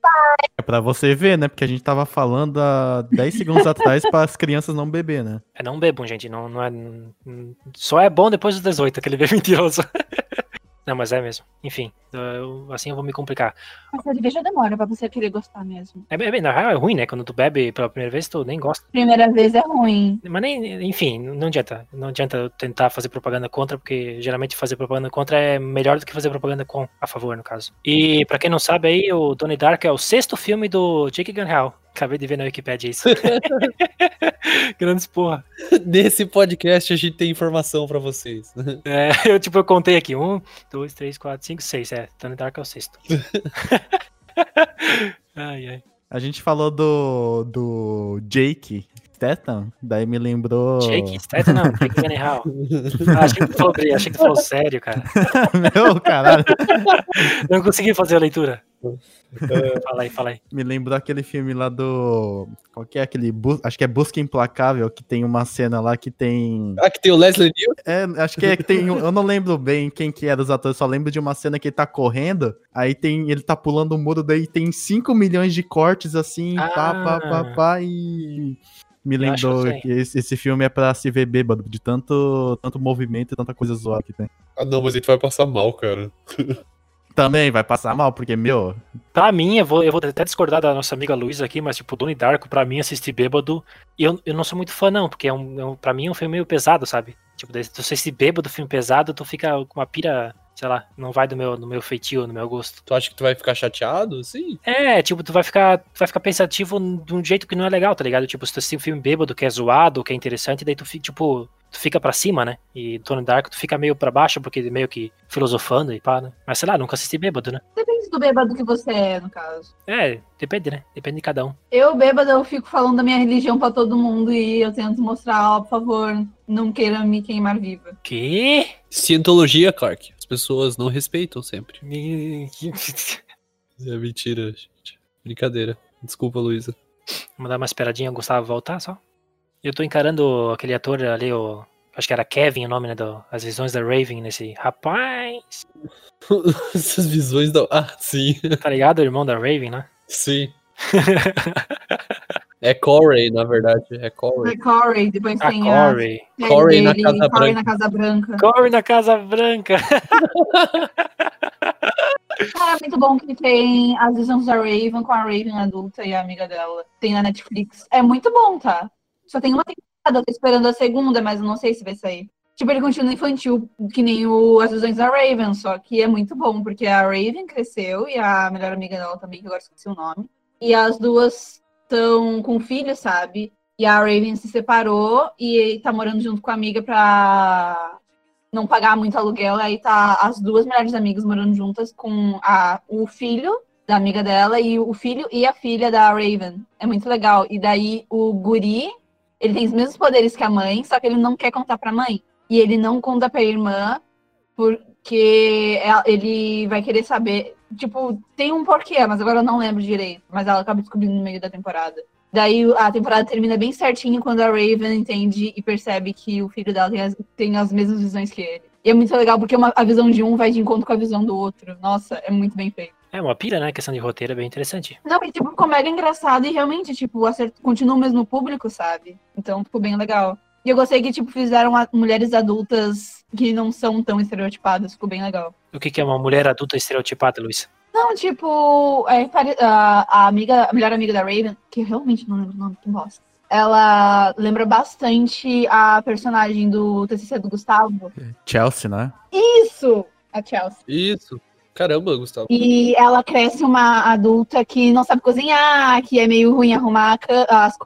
Speaker 1: É pra você ver, né? Porque a gente tava falando há 10 segundos atrás para as crianças não beber, né?
Speaker 3: É, não bebam, gente. Não, não é, não- só é bom depois dos 18, aquele bebê mentiroso. não, mas é mesmo. Enfim, eu- assim eu vou me complicar.
Speaker 4: Mas a cerveja demora pra você querer gostar mesmo.
Speaker 3: É, bem- na real é ruim, né? Quando tu bebe pela primeira vez, tu nem gosta.
Speaker 4: Primeira vez é ruim.
Speaker 3: Mas nem, enfim, não adianta. Não adianta eu tentar fazer propaganda contra, porque geralmente fazer propaganda contra é melhor do que fazer propaganda com a favor, no caso. E pra quem não sabe aí, o Donnie Dark é o sexto filme do Jake Gyllenhaal. Acabei de ver na Wikipedia isso. Grandes porra.
Speaker 2: Nesse podcast a gente tem informação pra vocês.
Speaker 3: É, eu tipo, eu contei aqui. Um, dois, três, quatro, cinco, seis. É, Donnie Dark é o sexto. ai, ai.
Speaker 1: A gente falou do, do Jake Statham, daí me lembrou...
Speaker 3: Jake, Statham não, Jake Gyllenhaal. Ah, achei que tu falou, achei que tu falou sério, cara.
Speaker 1: Meu, caralho.
Speaker 3: Não consegui fazer a leitura. Fala aí, fala aí.
Speaker 1: Me lembrou aquele filme lá do... Qual que é aquele... Bu- Acho que é Busca Implacável, que tem uma cena lá que tem...
Speaker 2: Ah, que tem o Leslie Nielsen?
Speaker 1: É, acho que é que tem. Eu não lembro bem quem que era os atores, só lembro de uma cena que ele tá correndo, aí tem. Ele tá pulando o muro, daí tem 5 milhões de cortes assim, pá, pá, pá,
Speaker 3: Ah.
Speaker 1: pá, e. Me
Speaker 3: Eu acho
Speaker 1: lembrou
Speaker 3: que eu sei.
Speaker 1: que esse, esse filme é pra se ver bêbado, de tanto, tanto movimento e tanta coisa zoada que tem.
Speaker 2: Ah, não, mas a gente vai passar mal, cara.
Speaker 1: Também vai passar mal, porque, meu,
Speaker 3: Pra mim, eu vou, eu vou até discordar da nossa amiga Luísa aqui, mas tipo, Doni Darko, pra mim, assistir bêbado, eu, eu não sou muito fã não, porque é um, é um, pra mim é um filme meio pesado, sabe? Tipo, daí, se tu assistir bêbado, filme pesado, tu fica com uma pira, sei lá, não vai do meu, do meu feitio, do meu gosto.
Speaker 2: Tu acha que tu vai ficar chateado? Sim.
Speaker 3: É, tipo, tu vai ficar, tu vai ficar pensativo de um jeito que não é legal, tá ligado? Tipo, se tu assistir um filme bêbado que é zoado, que é interessante, daí tu fica, tipo, tu fica pra cima, né? E Tony Dark, tu fica meio pra baixo, porque meio que filosofando e pá, né? Mas sei lá, nunca assisti bêbado, né?
Speaker 4: Depende do bêbado que você é, no caso.
Speaker 3: É, depende, né? Depende de cada um.
Speaker 4: Eu, bêbada, eu fico falando da minha religião pra todo mundo e eu tento mostrar, ó, por favor, não queira me queimar viva.
Speaker 3: Que?
Speaker 2: Cientologia, Clark. As pessoas não respeitam sempre.
Speaker 3: Vou
Speaker 2: É mentira, gente. Brincadeira. Desculpa, Luísa.
Speaker 3: dar uma esperadinha, o Gustavo voltar só. Eu tô encarando aquele ator ali, o. Acho que era Kevin o nome, né? Do, As visões da Raven nesse. Rapaz!
Speaker 2: Essas visões da. Ah, sim.
Speaker 3: Tá ligado? O irmão da Raven, né?
Speaker 2: Sim. é Corey, na verdade. É Corey.
Speaker 4: É Corey, depois
Speaker 3: A
Speaker 4: tem a
Speaker 3: Ah, Corey.
Speaker 4: série
Speaker 2: Ah, Corey na Casa
Speaker 4: Corey
Speaker 2: Branca.
Speaker 4: na Casa Branca.
Speaker 3: Corey na Casa Branca.
Speaker 4: Cara, muito bom que tem As Visões da Raven com a Raven adulta e a amiga dela. Tem na Netflix. É muito bom, tá? Só tem uma temporada, eu tô esperando a segunda, mas eu não sei se vai sair. Tipo, ele continua infantil, que nem o As Visões da Raven, só que é muito bom, porque a Raven cresceu e a melhor amiga dela também, que agora esqueci o nome. E as duas estão com filho, sabe? E a Raven se separou e tá morando junto com a amiga pra não pagar muito aluguel, aí tá as duas melhores amigas morando juntas com a, o filho da amiga dela e o filho e a filha da Raven. É muito legal. E daí o guri, ele tem os mesmos poderes que a mãe, só que ele não quer contar pra mãe. E ele não conta pra irmã, porque ela- ele vai querer saber. Tipo, tem um porquê, mas agora eu não lembro direito. Mas ela acaba descobrindo no meio da temporada. Daí a temporada termina bem certinho quando a Raven entende e percebe que o filho dela tem as, tem as mesmas visões que ele. E é muito legal porque uma- a visão de um vai de encontro com a visão do outro. Nossa, é muito bem feito.
Speaker 3: É uma pira, né? Questão de roteiro é bem interessante.
Speaker 4: Não, e tipo, ficou mega engraçado e realmente, tipo, acert... continua o mesmo público, sabe? Então ficou bem legal. E eu gostei que, tipo, fizeram a- mulheres adultas que não são tão estereotipadas, ficou bem legal.
Speaker 3: O que, que é uma mulher adulta estereotipada, Luiz?
Speaker 4: Não, tipo, é, pare- a, a amiga, a melhor amiga da Raven, que eu realmente não lembro o nome, que bosta. Ela lembra bastante a personagem do TCC do Gustavo.
Speaker 1: Chelsea, né?
Speaker 4: Isso! A Chelsea.
Speaker 2: Isso. Caramba, Gustavo.
Speaker 4: E ela cresce uma adulta que não sabe cozinhar, que é meio ruim em arrumar a ca- as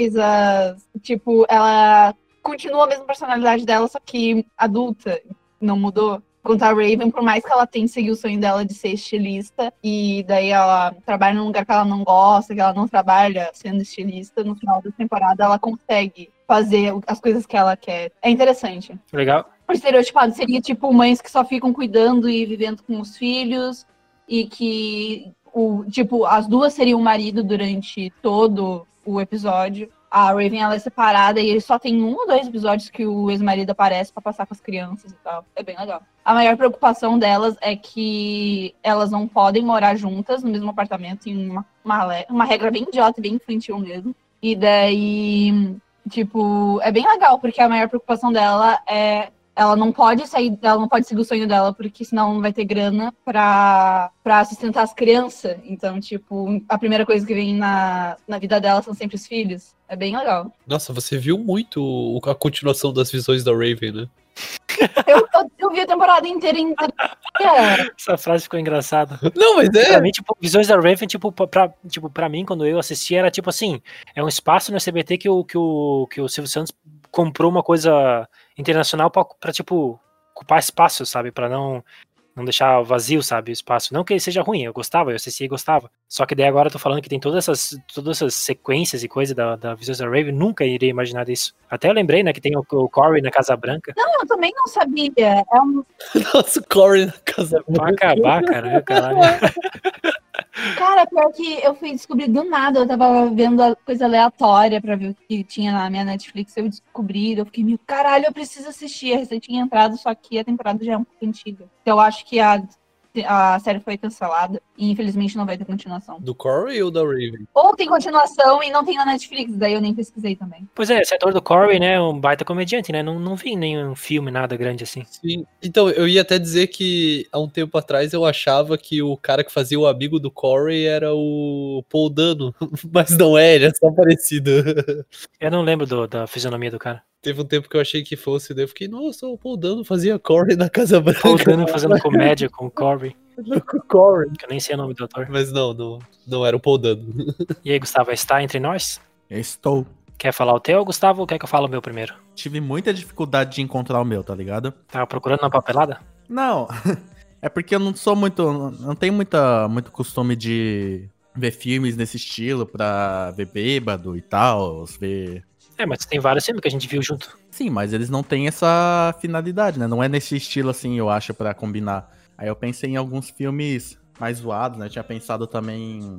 Speaker 4: coisas. Tipo, ela continua a mesma personalidade dela, só que adulta, não mudou. Quanto a Raven, por mais que ela tenha seguido o sonho dela de ser estilista, e daí ela trabalha num lugar que ela não gosta, que ela não trabalha sendo estilista, no final da temporada ela consegue fazer o- as coisas que ela quer. É interessante.
Speaker 3: Legal.
Speaker 4: O estereotipado seria tipo mães que só ficam cuidando e vivendo com os filhos e que o tipo as duas seriam o marido durante todo o episódio. A Raven ela é separada e ele só tem um ou dois episódios que o ex-marido aparece pra passar com as crianças e tal. É bem legal. A maior preocupação delas é que elas não podem morar juntas no mesmo apartamento, tem uma, uma, le- uma regra bem idiota, e bem infantil mesmo. E daí, tipo, é bem legal, porque a maior preocupação dela é ela não pode sair, ela não pode seguir o sonho dela, porque senão não vai ter grana pra, pra sustentar as crianças. Então, tipo, a primeira coisa que vem na, na vida dela são sempre os filhos. É bem legal.
Speaker 2: Nossa, você viu muito o- a continuação das visões da Raven, né?
Speaker 4: Eu, eu, eu vi a temporada inteira inteira.
Speaker 3: Essa frase ficou engraçada.
Speaker 2: Não, mas é.
Speaker 3: Pra mim, tipo, Visões da Raven, tipo, pra- pra, tipo, pra mim, quando eu assisti, era tipo assim, é um espaço no CBT que o, que o, que o Silvio Santos comprou uma coisa internacional pra, pra, tipo, ocupar espaço, sabe? Pra não, não deixar vazio, sabe, o espaço. Não que ele seja ruim, eu gostava, eu assisti e gostava. Só que daí agora eu tô falando que tem todas essas, todas essas sequências e coisa da, da Visões da Raven, nunca iria imaginar isso. Até eu lembrei, né, que tem o, o Corey na Casa Branca.
Speaker 4: Eu também não sabia. É um...
Speaker 2: Nossa, Corey na casa.
Speaker 3: Pra acabar, né? cara, eu, caralho.
Speaker 4: Cara, pior que eu fui descobrir do nada. Eu tava vendo a coisa aleatória pra ver o que tinha na minha Netflix. Eu descobri, eu fiquei meio, caralho, eu preciso assistir. Eu recém tinha entrado, só que a temporada já é um pouco antiga. Então, eu acho que a a série foi cancelada e infelizmente não vai ter continuação.
Speaker 2: Do Corey ou da Raven?
Speaker 4: Ou tem continuação e não tem na Netflix, daí eu nem pesquisei também.
Speaker 3: Pois é, esse ator do Corey, né? Um baita comediante, né? Não, não vi nenhum filme, nada grande assim.
Speaker 2: Sim. Então, eu ia até dizer que há um tempo atrás eu achava que o cara que fazia o amigo do Corey era o Paul Dano, mas não é, ele é só parecido.
Speaker 3: Eu não lembro do- da fisionomia do cara.
Speaker 2: Teve um tempo que eu achei que fosse, daí eu fiquei, nossa, o Paul Dano fazia Corey na Casa Branca.
Speaker 3: Paul Dano fazendo comédia com o Corey,
Speaker 2: Corey.
Speaker 3: que eu nem sei o nome do ator.
Speaker 2: Mas não, não, não era o Paul Dano.
Speaker 3: E aí, Gustavo, está entre nós?
Speaker 1: Estou.
Speaker 3: Quer falar o teu, Gustavo, ou quer que eu fale o meu primeiro?
Speaker 1: Tive muita dificuldade de encontrar o meu, tá ligado?
Speaker 3: Tava procurando na papelada?
Speaker 1: Não. É porque eu não sou muito. Não tenho muita, muito costume de ver filmes nesse estilo pra ver bêbado e tal. Ver.
Speaker 3: É, mas tem vários filmes que a gente viu junto.
Speaker 1: Sim, mas eles não têm essa finalidade, né? Não é nesse estilo assim, eu acho, pra combinar. Aí eu pensei em alguns filmes mais zoados, né? Eu tinha pensado também em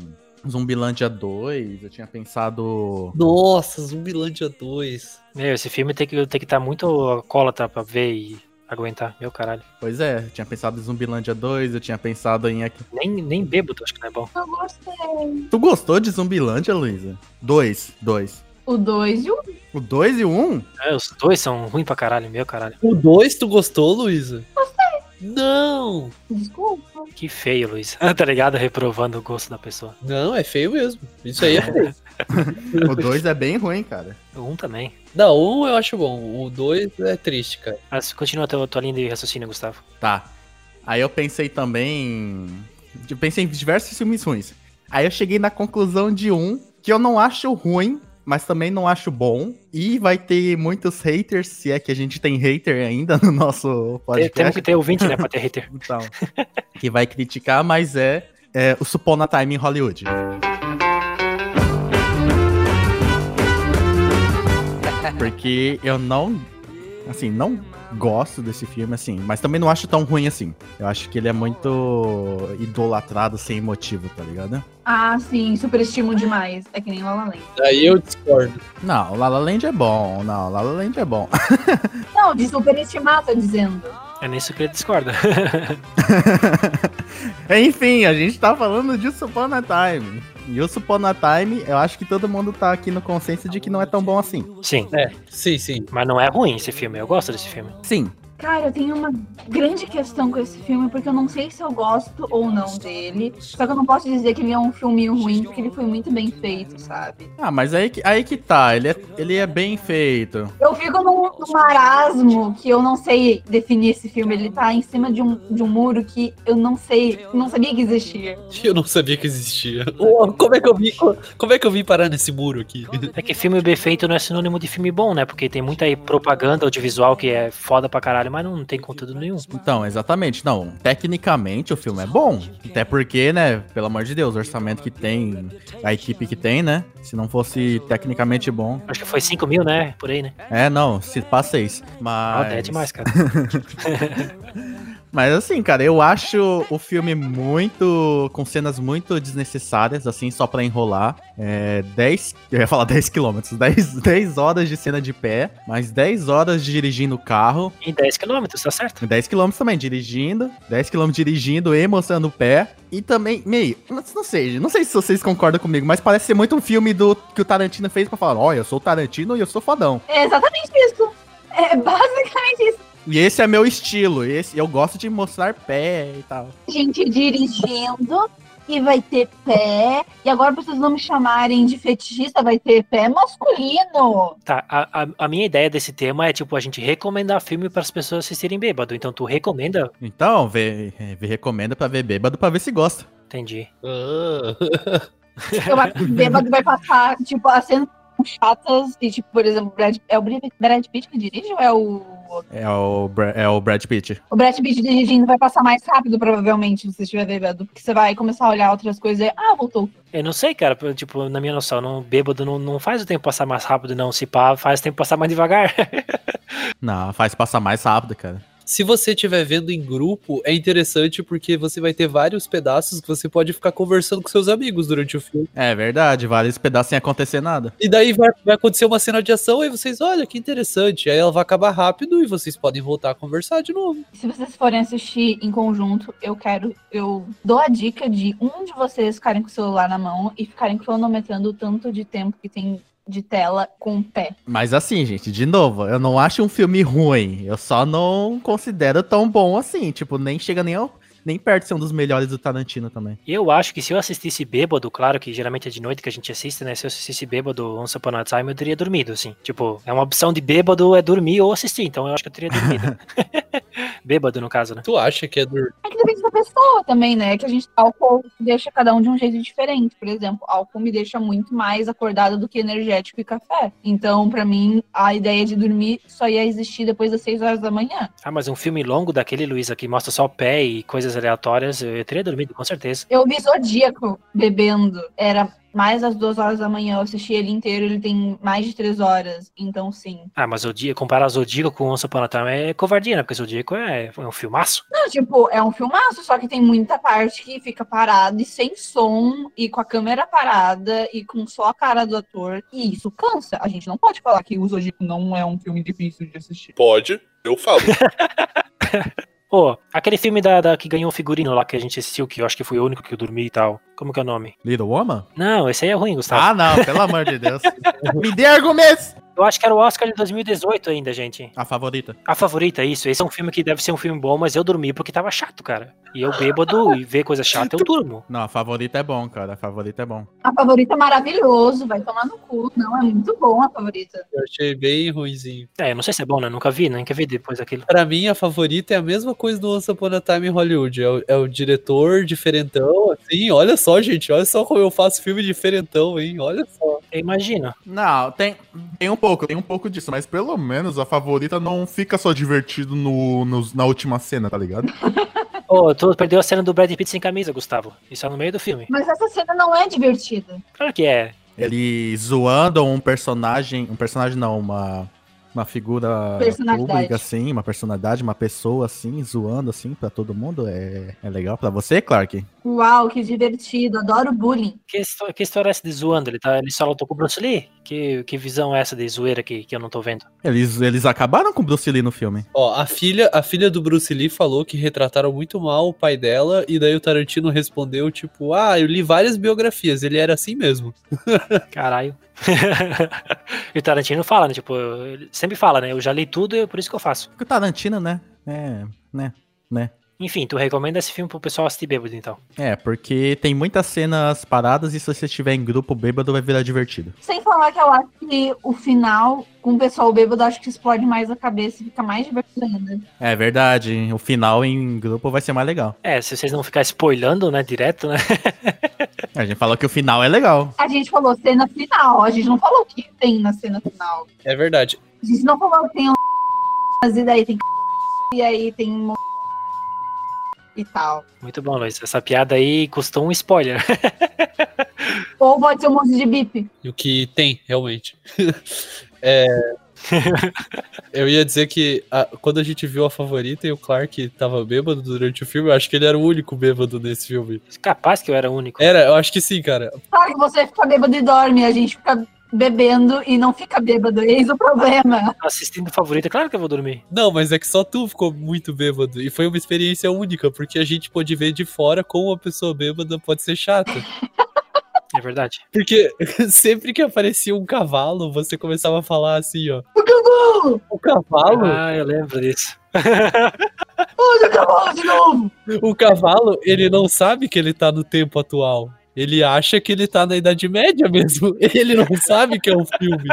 Speaker 1: Zumbilândia 2, eu tinha pensado.
Speaker 2: Nossa, Zumbilândia 2.
Speaker 3: Meu, esse filme tem que estar tem que tá muito acólatra pra ver e aguentar. Meu caralho.
Speaker 1: Pois é, eu tinha pensado em Zumbilândia 2, eu tinha pensado em. aqui-
Speaker 3: Nem, nem bêbado, acho que não é bom.
Speaker 4: Eu gostei.
Speaker 1: Tu gostou de Zumbilândia, Luísa? Dois, dois.
Speaker 4: O 2 e o
Speaker 1: O 2 e o 1? Um?
Speaker 3: É, os dois são ruins pra caralho, meu caralho.
Speaker 2: O 2 tu gostou, Luísa? Gostei. Não!
Speaker 4: um, Desculpa.
Speaker 3: Que feio, Luiz. tá ligado? Reprovando o gosto da pessoa.
Speaker 2: Não, é feio mesmo. Isso aí é feio.
Speaker 1: O 2 é bem ruim, cara.
Speaker 3: Um também.
Speaker 2: Não, um eu acho bom. O dois é triste, cara.
Speaker 3: Mas Ah, continua a tua, tua linha de raciocínio, Gustavo.
Speaker 1: Tá. Aí eu pensei também. Eu pensei em diversos filmes ruins. Aí eu cheguei na conclusão de um que eu não acho ruim, mas também não acho bom. E vai ter muitos haters, se é que a gente tem hater ainda no nosso
Speaker 3: Tem- Temos
Speaker 1: podcast.
Speaker 3: que ter ouvinte, né, pra ter hater.
Speaker 1: Então, que vai criticar, mas é, é o Supona Time em Hollywood. Porque eu não, assim, não gosto desse filme, assim, mas também não acho tão ruim assim. Eu acho que ele é muito idolatrado sem motivo, tá ligado?
Speaker 4: Ah, sim, superestimo demais. É que nem Lala Land.
Speaker 2: Aí eu discordo.
Speaker 1: Não, La La Land é bom, não, La La Land é bom.
Speaker 4: Não, de superestimar, tá dizendo.
Speaker 3: É nisso que ele discorda.
Speaker 1: Enfim, a gente tá falando de Supona Time. E o Supona Time, eu acho que todo mundo tá aqui no consenso de que não é tão bom assim.
Speaker 3: Sim.
Speaker 2: É, sim, sim.
Speaker 3: Mas não é ruim esse filme. Eu gosto desse filme.
Speaker 1: Sim,
Speaker 4: Cara, eu tenho uma grande questão com esse filme, porque eu não sei se eu gosto ou não dele. Só que eu não posso dizer que ele é um filme ruim, porque ele foi muito bem feito, sabe?
Speaker 1: Ah, mas aí que, aí que tá, ele é, ele é bem feito.
Speaker 4: Eu fico num, num marasmo que eu não sei definir esse filme. Ele tá em cima de um, de um muro que eu não sei, não sabia que existia.
Speaker 2: Eu não sabia que existia. Uou, Como é que eu vim, como é que eu vim parar nesse muro aqui?
Speaker 3: É que filme bem feito não é sinônimo de filme bom, né? Porque tem muita aí propaganda audiovisual que é foda pra caralho, mas não tem conteúdo nenhum.
Speaker 1: Então, exatamente. Não, tecnicamente o filme é bom. Até porque, né, pelo amor de Deus, o orçamento que tem, a equipe que tem, né? Se não fosse tecnicamente bom.
Speaker 3: Acho que foi 5 mil, né? Por aí, né?
Speaker 1: É, não, se passa isso.
Speaker 3: Ah,
Speaker 1: Mas.
Speaker 3: é demais, cara.
Speaker 1: Mas assim, cara, eu acho o filme muito. com cenas muito desnecessárias, assim, só pra enrolar. É. 10. Eu ia falar 10 quilômetros. 10, 10 horas de cena de pé, mais 10 horas de dirigindo o carro.
Speaker 3: Em 10 km, tá certo?
Speaker 1: 10 km também, dirigindo. 10 km dirigindo e mostrando o pé. E também, meio, não não sei, não sei se vocês concordam comigo, mas parece ser muito um filme do que o Tarantino fez pra falar: ó, eu sou o Tarantino e eu sou fodão.
Speaker 4: É exatamente isso. É basicamente isso.
Speaker 1: E esse é meu estilo, esse, eu gosto de mostrar pé e tal.
Speaker 4: Gente dirigindo e vai ter pé. E agora vocês vão me chamarem de fetichista, vai ter pé masculino.
Speaker 3: Tá, a, a, a minha ideia desse tema é tipo a gente recomendar filme para as pessoas assistirem bêbado. Então tu recomenda?
Speaker 1: Então, vê, vê- recomenda pra ver bêbado pra ver se gosta.
Speaker 3: Entendi.
Speaker 2: Ah,
Speaker 4: Eu acho que o bêbado vai passar, tipo, as cenas chatas. E, tipo, por exemplo, Brad, é o Brad- Brad Pitt que dirige ou é o.
Speaker 1: É o, Bra- é o Brad Pitt.
Speaker 4: O Brad Pitt dirigindo vai passar mais rápido, provavelmente, se você estiver bêbado. Porque você vai começar a olhar outras coisas e. Ah, voltou.
Speaker 3: Eu não sei, cara, tipo, na minha noção, não, bêbado não, não faz o tempo passar mais rápido, não. Se pá, faz o tempo passar mais devagar.
Speaker 1: Não, faz passar mais rápido, cara.
Speaker 2: Se você estiver vendo em grupo, é interessante porque você vai ter vários pedaços que você pode ficar conversando com seus amigos durante o filme.
Speaker 1: É verdade, vários pedaços sem acontecer nada.
Speaker 2: E daí vai, vai acontecer uma cena de ação e vocês, olha que interessante. Aí ela vai acabar rápido e vocês podem voltar a conversar de novo.
Speaker 4: Se vocês forem assistir em conjunto, eu quero. Eu dou a dica de um de vocês ficarem com o celular na mão e ficarem cronometrando o tanto de tempo que tem de tela com o pé.
Speaker 1: Mas assim, gente, de novo, eu não acho um filme ruim. Eu só não considero tão bom assim. Tipo, nem chega nem, ao, nem perto de ser um dos melhores do Tarantino também.
Speaker 3: Eu acho que se eu assistisse bêbado, claro que geralmente é de noite que a gente assiste, né? Se eu assistisse bêbado Once Upon a Time, eu teria dormido, assim. Tipo, é uma opção de bêbado é dormir ou assistir, então eu acho que eu teria dormido. bêbado, no caso, né?
Speaker 2: Tu acha que é dur...
Speaker 4: É que depende da pessoa também, né? Que a gente álcool deixa cada um de um jeito diferente. Por exemplo, álcool me deixa muito mais acordada do que energético e café. Então, pra mim, a ideia de dormir só ia existir depois das 6 horas da manhã.
Speaker 3: Ah, mas um filme longo daquele, Luísa, que mostra só o pé e coisas aleatórias, eu eu teria dormido, com certeza.
Speaker 4: Eu vi Zodíaco bebendo. Era mais às duas horas da manhã. Eu assisti ele inteiro, ele tem mais de três horas. Então, sim.
Speaker 3: Ah, mas Zodíaco, comparar Zodíaco com Once Upon a Time é covardia, né? Porque Zodíaco é, é um filmaço.
Speaker 4: Não, tipo, é um filmaço, só que tem muita parte que fica parado e sem som, e com a câmera parada, e com só a cara do ator. E isso cansa. A gente não pode falar que o Zodíaco não é um filme difícil de assistir.
Speaker 5: Pode, eu falo.
Speaker 3: Pô, aquele filme da, da- que ganhou o figurino lá que a gente assistiu, que eu acho que foi o único que eu dormi e tal. Como que é o nome?
Speaker 1: Little Woman?
Speaker 3: Não, esse aí é ruim, Gustavo.
Speaker 1: Ah, não, pelo amor de Deus. Me dê argumentos!
Speaker 3: Eu acho que era o Oscar de 2018 ainda, gente.
Speaker 1: A favorita.
Speaker 3: A favorita, isso. Esse é um filme que deve ser um filme bom, mas eu dormi porque tava chato, cara. E eu bêbado e ver coisa chata, eu durmo.
Speaker 1: Não, a favorita é bom, cara. A favorita é bom.
Speaker 4: A favorita é maravilhoso, vai tomar no cu. Não, é muito bom a favorita.
Speaker 2: Eu achei bem ruimzinho.
Speaker 3: É, eu não sei se é bom, né? Nunca vi, né? Nunca vi depois daquilo.
Speaker 2: Pra mim, a favorita é a mesma coisa do Once Upon a Time em Hollywood. É o, é o diretor diferentão, assim. Olha só, gente. Olha só como eu faço filme diferentão, hein? Olha só.
Speaker 3: Eu imagino.
Speaker 1: Não, tem, tem um pouco, tem um pouco disso, mas pelo menos a favorita não fica só divertido no, nos- na última cena, tá ligado?
Speaker 3: Ô, tu perdeu a cena do Brad Pitt sem camisa, Gustavo. Isso é no meio do filme.
Speaker 4: Mas essa cena não é divertida.
Speaker 3: Claro que é.
Speaker 1: Ele zoando um personagem, um personagem não, uma, uma figura
Speaker 4: Personalidade.
Speaker 1: pública, assim, uma personalidade, uma pessoa, assim, zoando, assim, pra todo mundo, é, é legal pra você, Clark?
Speaker 4: Uau, que divertido, adoro bullying.
Speaker 3: Que, histó- que história é essa de zoando? Ele, tá, ele só lutou com o Bruce Lee? Que, que visão é essa de zoeira que, que eu não tô vendo?
Speaker 1: Eles, eles acabaram com o Bruce Lee no filme.
Speaker 2: Ó, a filha, a filha do Bruce Lee falou que retrataram muito mal o pai dela. E daí o Tarantino respondeu, tipo... Ah, eu li várias biografias. Ele era assim mesmo.
Speaker 3: Caralho. e o Tarantino fala, né? Tipo, ele sempre fala, né? Eu já li tudo e é por isso que eu faço.
Speaker 1: Porque o Tarantino, né? É, né?
Speaker 3: Enfim, tu recomenda esse filme pro pessoal assistir bêbado, então.
Speaker 1: É, porque tem muitas cenas paradas e se você estiver em grupo bêbado vai virar divertido.
Speaker 4: Sem falar que eu acho que o final, com o pessoal bêbado, acho que explode mais a cabeça e fica mais divertido ainda.
Speaker 1: É verdade, o final em grupo vai ser mais legal.
Speaker 3: É, se vocês não ficar spoilando, né, direto, né?
Speaker 1: A gente falou que o final é legal.
Speaker 4: A gente falou cena final, a gente não falou o que tem na cena final.
Speaker 2: É verdade.
Speaker 4: A gente não falou que tem um mas e daí tem e aí tem um e tal.
Speaker 3: Muito bom, Luiz. Essa piada aí custou um spoiler.
Speaker 4: Ou pode ser um monte de bip.
Speaker 2: E o que tem, realmente. É, Eu ia dizer que a- quando a gente viu a favorita e o Clark tava bêbado durante o filme, eu acho que ele era o único bêbado nesse filme.
Speaker 3: Capaz que eu era o único.
Speaker 2: Era, eu acho que sim, cara.
Speaker 4: Claro que você fica bêbado e dorme, a gente fica bebendo e não fica bêbado. Eis o problema.
Speaker 3: Assistindo favorita, claro que eu vou dormir.
Speaker 2: Não, mas é que só tu ficou muito bêbado. E foi uma experiência única, porque a gente pôde ver de fora como uma pessoa bêbada pode ser chata.
Speaker 3: É verdade.
Speaker 2: Porque sempre que aparecia um cavalo, você começava a falar assim, ó.
Speaker 4: O Gugu!
Speaker 2: É O cavalo,
Speaker 3: Ah, eu lembro disso.
Speaker 4: Olha, acabou de novo!
Speaker 2: o cavalo, ele não sabe que ele tá no tempo atual. Ele acha que ele tá na Idade Média mesmo. Ele não sabe que é um filme.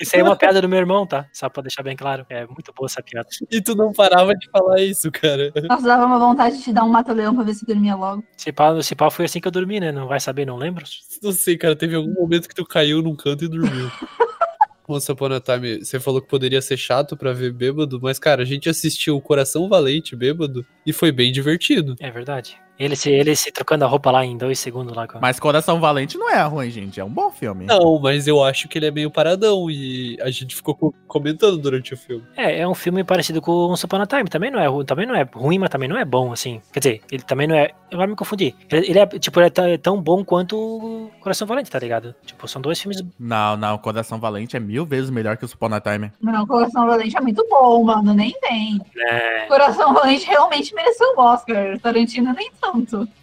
Speaker 3: Isso aí é uma piada do meu irmão, tá? Só pra deixar bem claro. É muito boa essa piada.
Speaker 2: E tu não parava de falar isso, cara.
Speaker 4: Nossa, dava uma vontade de te dar um mata-leão pra ver se dormia logo.
Speaker 3: Se pau, se pau foi assim que eu dormi, né? Não vai saber, não lembro.
Speaker 2: Não sei, cara. Teve algum momento que tu caiu num canto e dormiu. Once Upon a Time, você falou que poderia ser chato pra ver bêbado, mas, cara, a gente assistiu o Coração Valente bêbado e foi bem divertido.
Speaker 3: É verdade. Ele se, ele se trocando a roupa lá em dois segundos lá. com-
Speaker 1: Mas Coração Valente não é ruim, gente. É um bom filme.
Speaker 2: Não, mas eu acho que ele é meio paradão e a gente ficou co- comentando durante o filme.
Speaker 3: É, é um filme parecido com o Upon a Time. Também não, é, ru- também não é ruim, mas também não é bom, assim. Quer dizer, ele também não é. Agora me confundi. Ele, ele é, tipo, ele é t- tão bom quanto o Coração Valente, tá ligado? Tipo, são dois filmes.
Speaker 1: Não, não. Coração Valente é mil vezes melhor que o Spawn Time.
Speaker 4: Não, Coração Valente é muito bom, mano. Nem tem.
Speaker 3: né?
Speaker 4: Coração Valente realmente mereceu um Oscar. Tarantino nem tanto.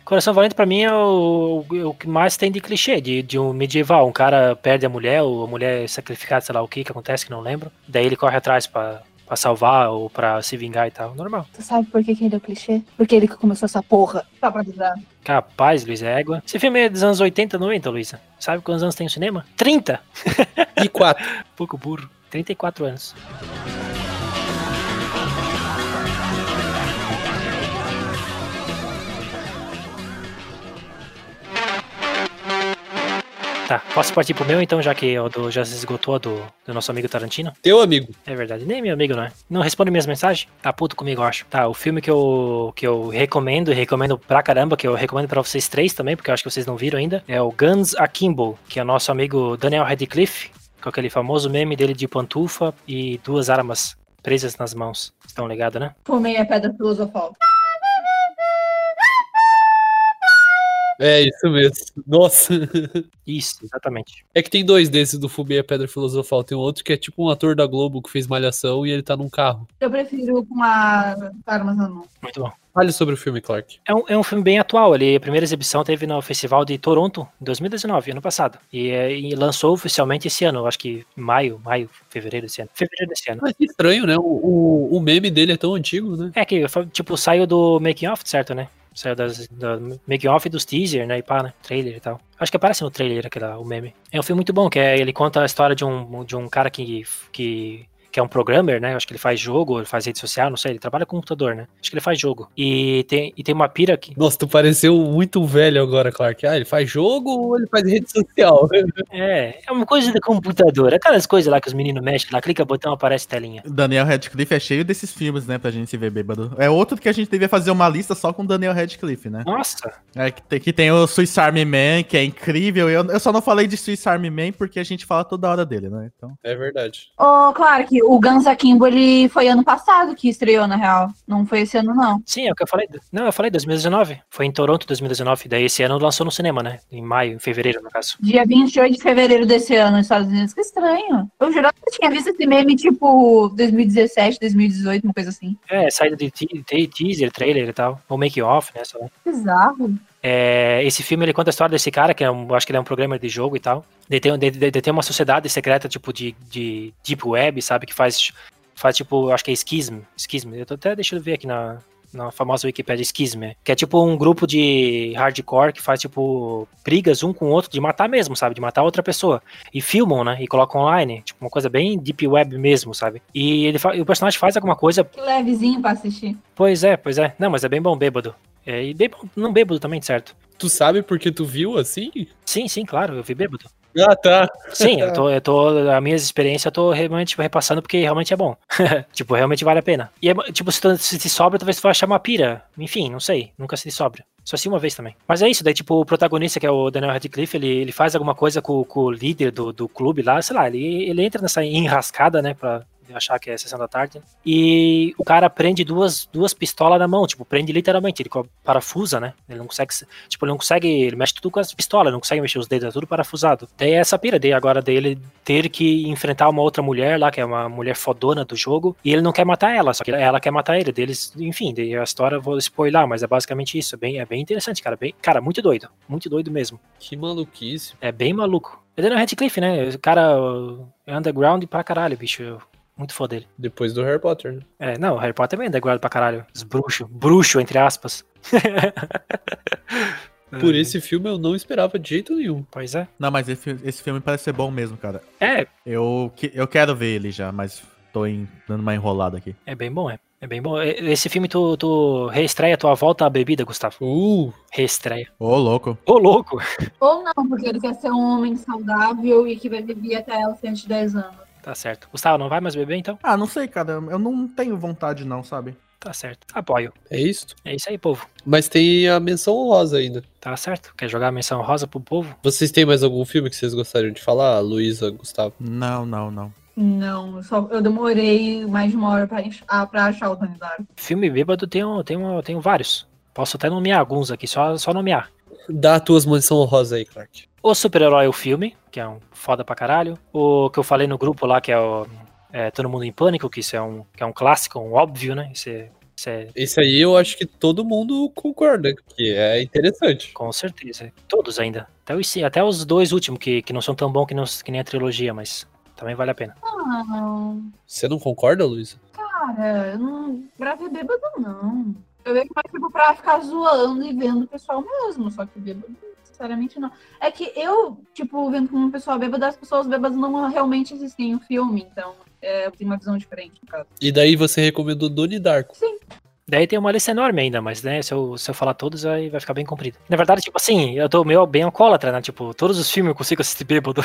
Speaker 3: Coração Valente, pra mim, é o, o que mais tem de clichê de, de um medieval. Um cara perde a mulher, ou a mulher é sacrificada, sei lá o que que acontece, que não lembro. Daí ele corre atrás pra, pra salvar ou pra se vingar e tal. Normal.
Speaker 4: Tu sabe por que, que ele é o clichê? Porque ele que começou essa porra. Só pra avisar.
Speaker 3: Capaz, Luiz Égua. Esse filme é dos anos 80, 90, Luísa. Sabe quantos anos tem no cinema? 30!
Speaker 2: E quatro.
Speaker 3: Pouco burro. 34 anos. Tá, posso partir pro meu então, já que o do, já se esgotou a do, do nosso amigo Tarantino?
Speaker 2: Teu amigo.
Speaker 3: É verdade, nem meu amigo, não é? Não responde minhas mensagens? Tá puto comigo, eu acho. Tá, o filme que eu, que eu recomendo, e recomendo pra caramba, que eu recomendo pra vocês três também, porque eu acho que vocês não viram ainda, é o Guns Akimbo, que é o nosso amigo Daniel Radcliffe, com aquele famoso meme dele de pantufa e duas armas presas nas mãos. Estão ligados, né?
Speaker 4: Fumei a pedra filosofal.
Speaker 2: É isso mesmo. Nossa.
Speaker 3: Isso, exatamente.
Speaker 2: É que tem dois desses do Fumei a Pedra Filosofal. Tem um outro que é tipo um ator da Globo que fez malhação e ele tá num carro.
Speaker 4: Eu prefiro com a armas na mão.
Speaker 3: Muito bom.
Speaker 2: Fale sobre o filme, Clark.
Speaker 3: É um, é um filme bem atual. Ele, a primeira exibição teve no Festival de Toronto, em 2019, ano passado. E, é, e lançou oficialmente esse ano, eu acho que maio, maio, fevereiro desse ano. Fevereiro desse ano.
Speaker 2: Mas que estranho, né? O, o, o meme dele é tão antigo, né?
Speaker 3: É que, fa- tipo, saiu do making off, certo, né? Saiu das, do making off e dos teaser, né? E pá, né? Trailer e tal. Acho que aparece no trailer aquela, o meme. É um filme muito bom, que é, ele conta a história de um, de um cara que, que, que é um programmer, né? Acho que ele faz jogo, ele faz rede social, não sei. Ele trabalha com computador, né? Acho que ele faz jogo. E tem, e tem uma pira que...
Speaker 2: Nossa, tu pareceu muito velho agora, Clark. Ah, ele faz jogo ou ele faz rede social?
Speaker 3: É, é uma coisa de computador. Aquelas coisas lá que os meninos mexem lá, clica botão, aparece telinha.
Speaker 1: Daniel Radcliffe é cheio desses filmes, né? Pra gente se ver bêbado. É outro que a gente devia fazer uma lista só com Daniel Radcliffe, né?
Speaker 3: Nossa,
Speaker 1: É, que tem, que tem o Swiss Army Man, que é incrível. Eu, eu só não falei de Swiss Army Man porque a gente fala toda hora dele, né? Então,
Speaker 2: É verdade.
Speaker 4: Ô, Clark, Oh, o Guns Akimbo, ele foi ano passado que estreou, na real. Não foi esse ano, não.
Speaker 3: sim, é o que eu falei. Não, eu falei 2019. Foi em Toronto 2019. Daí esse ano lançou no cinema, né? Em maio, em fevereiro, no caso.
Speaker 4: Dia 28 de fevereiro desse ano, nos Estados Unidos. Que estranho. Eu jurava que eu tinha visto esse meme, tipo, 2017, 2018, uma coisa assim.
Speaker 3: É, saída de te- te- teaser, trailer e tal. Ou make-off, né? sei lá.
Speaker 4: Bizarro.
Speaker 3: É, esse filme ele conta a história desse cara, que é um, acho que ele é um programmer de jogo e tal. Ele tem, de- de- de- tem uma sociedade secreta, tipo, de, de Deep Web, sabe? Que faz, faz tipo, acho que é Schism. Schism. Eu tô até deixando ver aqui na, na famosa Wikipedia Schism. é. Que é tipo um grupo de hardcore que faz, tipo, brigas um com o outro de matar mesmo, sabe? De matar outra pessoa. E filmam, né? E colocam online. Tipo, uma coisa bem Deep Web mesmo, sabe? E ele fa- e o personagem faz alguma coisa
Speaker 4: Que levezinho pra assistir.
Speaker 3: Pois é, pois é. Não, mas é bem bom bêbado. É, e bem bom, não bêbado também, certo?
Speaker 2: Tu sabe porque tu viu assim?
Speaker 3: Sim, sim, claro, eu vi bêbado.
Speaker 2: Ah, tá.
Speaker 3: Sim, eu tô, eu tô, a minha experiência eu tô realmente repassando porque realmente é bom. tipo, realmente vale a pena. E é, tipo, se, tu, se te sobra, talvez tu vai achar uma pira. Enfim, não sei, nunca se te sobra. Só se uma vez também. Mas é isso, daí, tipo, o protagonista, que é o Daniel Radcliffe, ele, ele faz alguma coisa com, com o líder do, do clube lá, sei lá, ele, ele entra nessa enrascada, né, pra achar que é sessão da tarde. E o cara prende duas, duas pistolas na mão, tipo, prende literalmente, ele co- parafusa, né? Ele não consegue se- Tipo, ele não consegue. Ele mexe tudo com as pistolas, não consegue mexer os dedos, é tudo parafusado. Daí é essa pira dele agora dele ter que enfrentar uma outra mulher lá, que é uma mulher fodona do jogo, e ele não quer matar ela, só que ela quer matar ele. Deles, enfim, daí a história eu vou spoiler, mas é basicamente isso. É bem, é bem interessante, cara. Bem, cara, muito doido. Muito doido mesmo.
Speaker 2: Que maluquice.
Speaker 3: É bem maluco. É Daniel Radcliffe, né? O cara uh, é underground pra caralho, bicho. Eu- Muito foda dele.
Speaker 2: Depois do Harry Potter. né?
Speaker 3: É, não, o Harry Potter também é underground pra caralho. Os bruxo, bruxo, entre aspas. É,
Speaker 2: Por esse filme eu não esperava de jeito nenhum.
Speaker 3: Pois é.
Speaker 1: não, mas esse, esse filme parece ser bom mesmo, cara.
Speaker 3: É,
Speaker 1: Eu, que- eu quero ver ele já, mas tô em- dando uma enrolada aqui.
Speaker 3: É bem bom, é. É bem bom. E- Esse filme tu, tu reestreia tua volta à bebida, Gustavo.
Speaker 2: Uh,
Speaker 3: Reestreia.
Speaker 1: Ô, louco.
Speaker 3: Ô, louco!
Speaker 4: Ou não, porque ele quer ser um homem saudável e que vai viver até os 110 anos.
Speaker 3: Tá certo. Gustavo, não vai mais beber então?
Speaker 1: Ah, não sei, cara. Eu não tenho vontade, não, sabe?
Speaker 3: Tá certo. Apoio.
Speaker 2: É isso.
Speaker 3: É isso aí, povo.
Speaker 2: Mas tem a menção honrosa ainda.
Speaker 3: Tá certo. Quer jogar a menção rosa pro povo?
Speaker 2: Vocês têm mais algum filme que vocês gostariam de falar, Luísa, Gustavo?
Speaker 1: Não, não, não.
Speaker 4: Não, só, eu demorei mais de uma hora pra, enx- ah, pra achar o Tanidaro.
Speaker 3: Filme bêbado tem, um, tem, um, tem vários. Posso até nomear alguns aqui, só, só nomear.
Speaker 2: Dá as tuas menção honrosa aí, Clark.
Speaker 3: O Super-Herói, o filme, que é um foda pra caralho. O que eu falei no grupo lá, que é o é, Todo Mundo em Pânico, que isso é um, que é um clássico, um óbvio, né? Isso é- isso é
Speaker 2: Esse aí eu acho que todo mundo concorda que é interessante.
Speaker 3: Com certeza. Todos ainda. Até os, ci- até os dois últimos, que, que não são tão bons que, não- que nem a trilogia, mas também vale a pena.
Speaker 4: Ah, Não,
Speaker 2: Você não concorda, Luísa?
Speaker 4: cara, eu não gravei bêbado, não. Eu vejo mais tipo pra ficar zoando e vendo o pessoal mesmo, só que bêbado, sinceramente, não. É que eu, tipo, vendo como uma pessoa bêbada, as pessoas bêbadas não realmente existem no filme, então é, eu tenho uma visão diferente, no caso.
Speaker 2: E daí você recomendou Donnie Darko.
Speaker 3: Daí tem uma lista enorme ainda, mas né, se eu, se eu falar todos, aí vai ficar bem comprido. Na verdade, tipo assim, eu tô meio bem alcoólatra, né? Tipo, todos os filmes eu consigo assistir bêbado.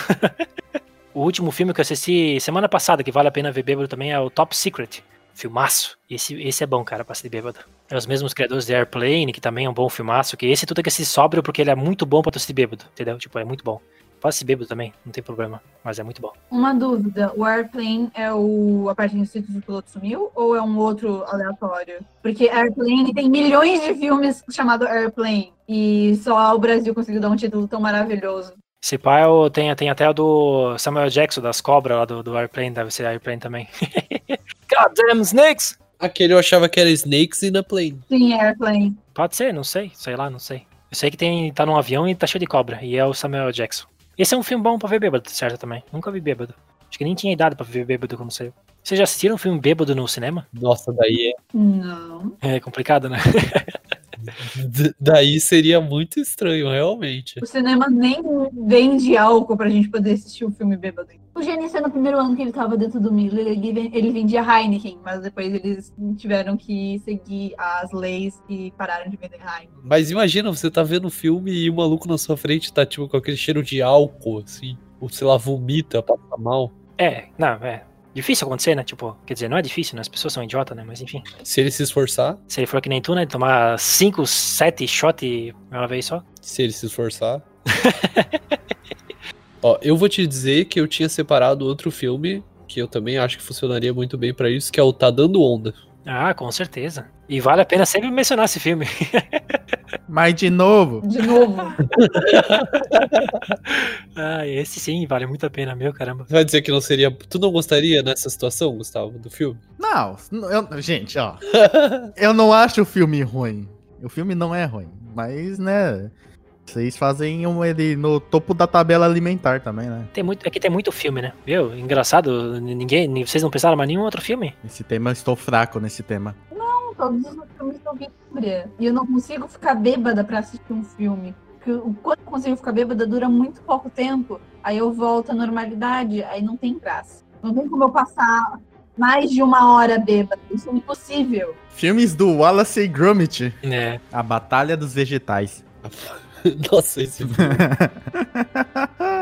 Speaker 3: o último filme que eu assisti semana passada, que vale a pena ver bêbado também, é o Top Secret. Filmaço. Esse, esse é bom, cara, pra assistir bêbado. É os mesmos criadores de Airplane, que também é um bom filmaço. Que esse tu tem que assistir sóbrio porque ele é muito bom pra tu assistir bêbado, entendeu? Tipo, é muito bom. Pode assistir bêbado também, não tem problema. Mas é muito bom.
Speaker 4: Uma dúvida, o Airplane é o a parte em que o piloto sumiu ou é um outro aleatório? Porque Airplane tem milhões de filmes chamado Airplane e só o Brasil conseguiu dar um título tão maravilhoso.
Speaker 3: Esse pá é o- tem, tem até o do Samuel Jackson, das cobras lá do, do Airplane, deve ser Airplane também. Goddamn snakes!
Speaker 2: Aquele eu achava que era Snakes in a Plane.
Speaker 4: Sim, Airplane.
Speaker 3: Pode ser, não sei, sei lá, não sei. Eu sei que tem, tá num avião e tá cheio de cobra, e é o Samuel Jackson. Esse é um filme bom pra ver bêbado, certo também. Nunca vi bêbado. Acho que nem tinha idade pra ver bêbado como saiu. Vocês já assistiram um filme bêbado no cinema?
Speaker 2: Nossa, daí
Speaker 4: Não.
Speaker 3: É complicado, né?
Speaker 2: é... d- daí seria muito estranho, realmente.
Speaker 4: O cinema nem vende álcool pra gente poder assistir o filme bêbado. O Gênesis, no primeiro ano que ele tava dentro do Miller, ele, ven- ele vendia Heineken, mas depois eles tiveram que seguir as leis e pararam de vender Heineken.
Speaker 2: Mas imagina, você tá vendo um filme e o maluco na sua frente tá tipo com aquele cheiro de álcool, assim. Ou sei lá, vomita, passa mal.
Speaker 3: É, não, é. Difícil acontecer, né? Tipo, quer dizer, não é difícil, né? As pessoas são idiotas, né? Mas enfim.
Speaker 2: Se ele se esforçar,
Speaker 3: Se ele for que nem tu, né? Tomar 5, 7 shot de uma vez só.
Speaker 2: se ele se esforçar. Ó, eu vou te dizer que eu tinha separado outro filme que eu também acho que funcionaria muito bem pra isso, que é o Tá Dando Onda.
Speaker 3: Ah, com certeza. E vale a pena sempre mencionar esse filme.
Speaker 1: Mas de novo,
Speaker 4: De novo.
Speaker 3: Ah, esse sim, vale muito a pena, meu caramba.
Speaker 2: Você vai dizer que não seria. Tu não gostaria nessa situação, Gustavo, do filme?
Speaker 1: não, eu- gente, ó. eu não acho o filme ruim. O filme não é ruim, mas né, vocês fazem um, ele no topo da tabela alimentar também, né?
Speaker 3: Tem muito, é que tem muito filme, né? Meu, engraçado, ninguém, nem- vocês não pensaram mais nenhum outro filme?
Speaker 1: Esse tema eu estou fraco nesse tema.
Speaker 4: todos os filmes são bíblia. E eu não consigo ficar bêbada pra assistir um filme. Porque eu- quando eu consigo ficar bêbada, dura muito pouco tempo. Aí eu volto à normalidade, aí não tem graça. Não tem como eu passar mais de uma hora bêbada. Isso é impossível.
Speaker 1: Filmes do Wallace e Gromit.
Speaker 3: É.
Speaker 1: A Batalha dos Vegetais.
Speaker 2: Nossa, esse filme-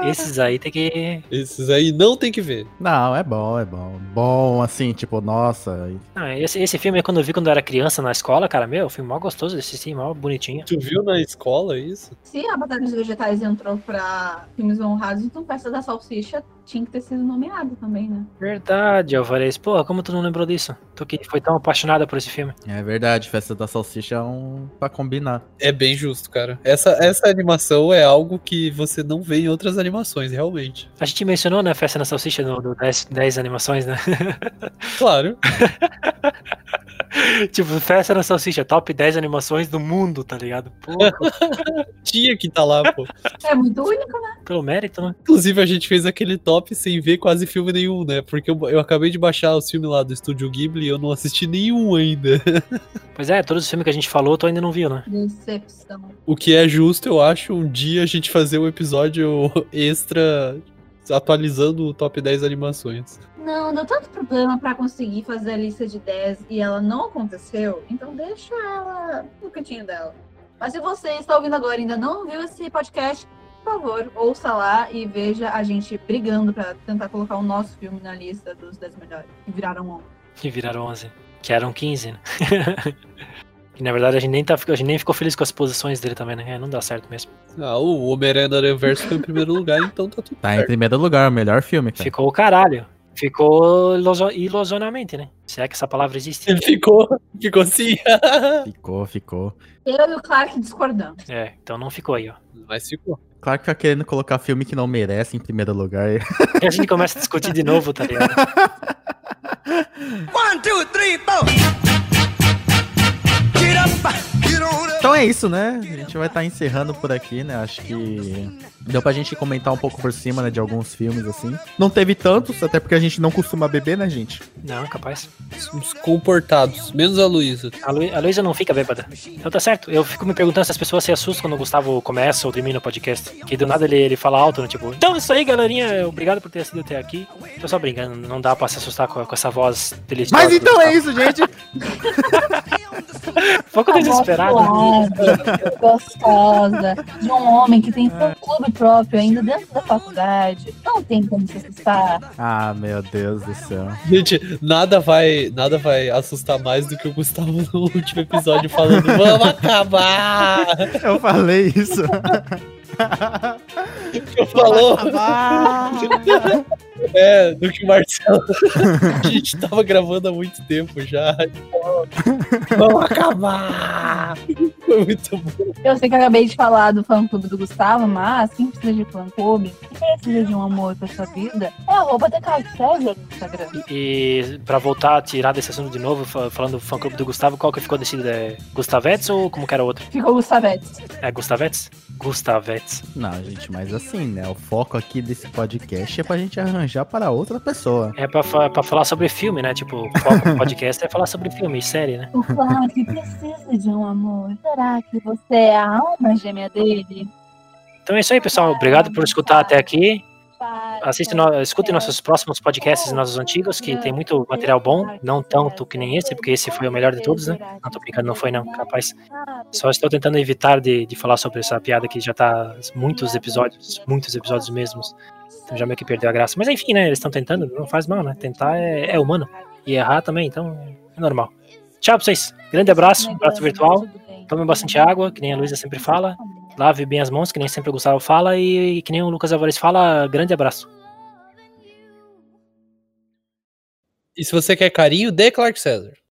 Speaker 3: Esses aí tem que.
Speaker 2: esses aí não tem que ver.
Speaker 1: Não, é bom, é bom. Bom, assim, tipo, nossa.
Speaker 3: Não, ah, esse, esse filme é quando eu vi quando eu era criança na escola, cara, meu, filme mó gostoso desse sim, mó bonitinho.
Speaker 2: Tu viu na escola isso?
Speaker 4: Se a Batalha dos Vegetais entrou pra filmes honrados, então Festa da Salsicha tinha que ter sido nomeado também, né?
Speaker 3: Verdade, Alvarez. Porra, como tu não lembrou disso? Tu que foi tão apaixonada por esse filme.
Speaker 1: É verdade, Festa da Salsicha é um pra combinar.
Speaker 2: É bem justo, cara. Essa, essa animação é algo que você não vê em outras animações, realmente.
Speaker 3: A gente mencionou, né, Festa na Salsicha do, do 10, 10 animações, né?
Speaker 2: Claro.
Speaker 3: tipo, Festa na Salsicha, top 10 animações do mundo, tá ligado? Porra,
Speaker 2: Tinha que tá lá, pô.
Speaker 4: É muito único, né?
Speaker 3: pelo mérito, né?
Speaker 2: Inclusive, a gente fez aquele top sem ver quase filme nenhum, né? Porque eu, eu acabei de baixar os filmes lá do Estúdio Ghibli e eu não assisti nenhum ainda.
Speaker 3: Pois é, todos os filmes que a gente falou, tu ainda não viu, né?
Speaker 4: Decepção.
Speaker 2: O que é justo, eu acho, um dia a gente fazer um episódio extra atualizando o top 10 animações.
Speaker 4: Não, deu tanto problema pra conseguir fazer a lista de 10 e ela não aconteceu, então deixa ela no cantinho dela. Mas se você está ouvindo agora e ainda não viu esse podcast, por favor, ouça lá e veja a gente brigando pra tentar colocar o nosso filme na lista dos 10 melhores que viraram ontem.
Speaker 3: Que viraram 11. que eram 15, né? E, na verdade, a gente, nem tá, a gente nem ficou feliz com as posições dele também, né? É, não dá certo mesmo.
Speaker 2: Ah, o Homem-Aranha do Aranha Verso foi em primeiro lugar, então tá tudo
Speaker 1: Tá em
Speaker 2: certo.
Speaker 1: primeiro lugar, o melhor filme, cara.
Speaker 3: Ficou o caralho. Ficou iluso- ilusionamente, né? Se é que essa palavra existe.
Speaker 2: Ele ficou, ficou assim.
Speaker 1: Ficou, ficou.
Speaker 4: Eu e o Clark discordamos.
Speaker 3: É, então não ficou aí, ó.
Speaker 2: Mas ficou.
Speaker 1: Claro que tá querendo colocar filme que não merece em primeiro lugar.
Speaker 3: E a gente começa a discutir de novo, tá ligado?
Speaker 1: Então é isso, né? A gente vai estar encerrando por aqui, né? Acho que deu pra gente comentar um pouco por cima, né? De alguns filmes, assim. Não teve tantos, até porque a gente não costuma beber, né, gente?
Speaker 3: Não, capaz.
Speaker 2: Os comportados, menos a Luísa.
Speaker 3: A, Lu, a Luísa não fica bêbada. Então tá certo. Eu fico me perguntando se as pessoas se assustam quando o Gustavo começa ou termina o podcast. Que do nada ele, ele fala alto, né? Tipo, então é isso aí, galerinha. Obrigado por ter assistido até aqui. Tô só brincando, não dá pra se assustar com, com essa voz deliciosa.
Speaker 1: Mas então é isso, gente!
Speaker 3: Um
Speaker 4: Tá
Speaker 3: pouco desesperado.
Speaker 4: Amorosa, Gostosa, de um homem que tem seu clube próprio ainda dentro da faculdade. Não tem como se assustar.
Speaker 1: Ah, meu Deus do céu.
Speaker 2: Gente, nada vai, nada vai assustar mais do que o Gustavo no último episódio falando: Vamos acabar!
Speaker 1: Eu falei isso.
Speaker 2: Eu falou, é, do que o Marcelo. A gente tava gravando há muito tempo já. Vamos acabar! Foi muito bom.
Speaker 4: Eu sei que eu acabei de falar do fã clube do Gustavo, mas quem precisa de fã clube, quem precisa de um amor pra sua vida, é arroba TKSérgio no Instagram.
Speaker 3: E pra voltar a tirar desse assunto de novo, fa- falando do fã clube do Gustavo, qual que ficou decidido? É Gustavetes ou como que era o outro?
Speaker 4: Ficou Gustavetes.
Speaker 3: É Gustavetes? Gustavetes.
Speaker 1: Não, gente, mas assim, né? O foco aqui desse podcast é pra gente arranjar para outra pessoa.
Speaker 3: É pra, fa- pra falar sobre filme, né? Tipo, o foco do podcast é falar sobre filme e série, né?
Speaker 4: O Clark precisa de um amor. Será que você é a alma gêmea dele?
Speaker 3: Então é isso aí, pessoal. Obrigado por escutar até aqui.
Speaker 4: Para-
Speaker 3: Assiste no, escute
Speaker 4: É.
Speaker 3: nossos próximos podcasts, nossos antigos, que tem muito material bom. Não tanto que nem esse, porque esse foi o melhor de todos, né? Não tô brincando, não foi não, capaz. Só estou tentando evitar de, de falar sobre essa piada que já tá muitos episódios, muitos episódios mesmos. Então já meio que perdeu a graça. Mas enfim, né? Eles estão tentando, não faz mal, né? Tentar é, é humano. E errar também, então é normal. Tchau pra vocês. Grande abraço, abraço virtual. Tome bastante água, que nem a Luísa sempre fala. Lave bem as mãos, que nem sempre o Gustavo fala. E, e que nem o Lucas Alvarez fala, grande abraço.
Speaker 2: E se você quer carinho, dê Clark César.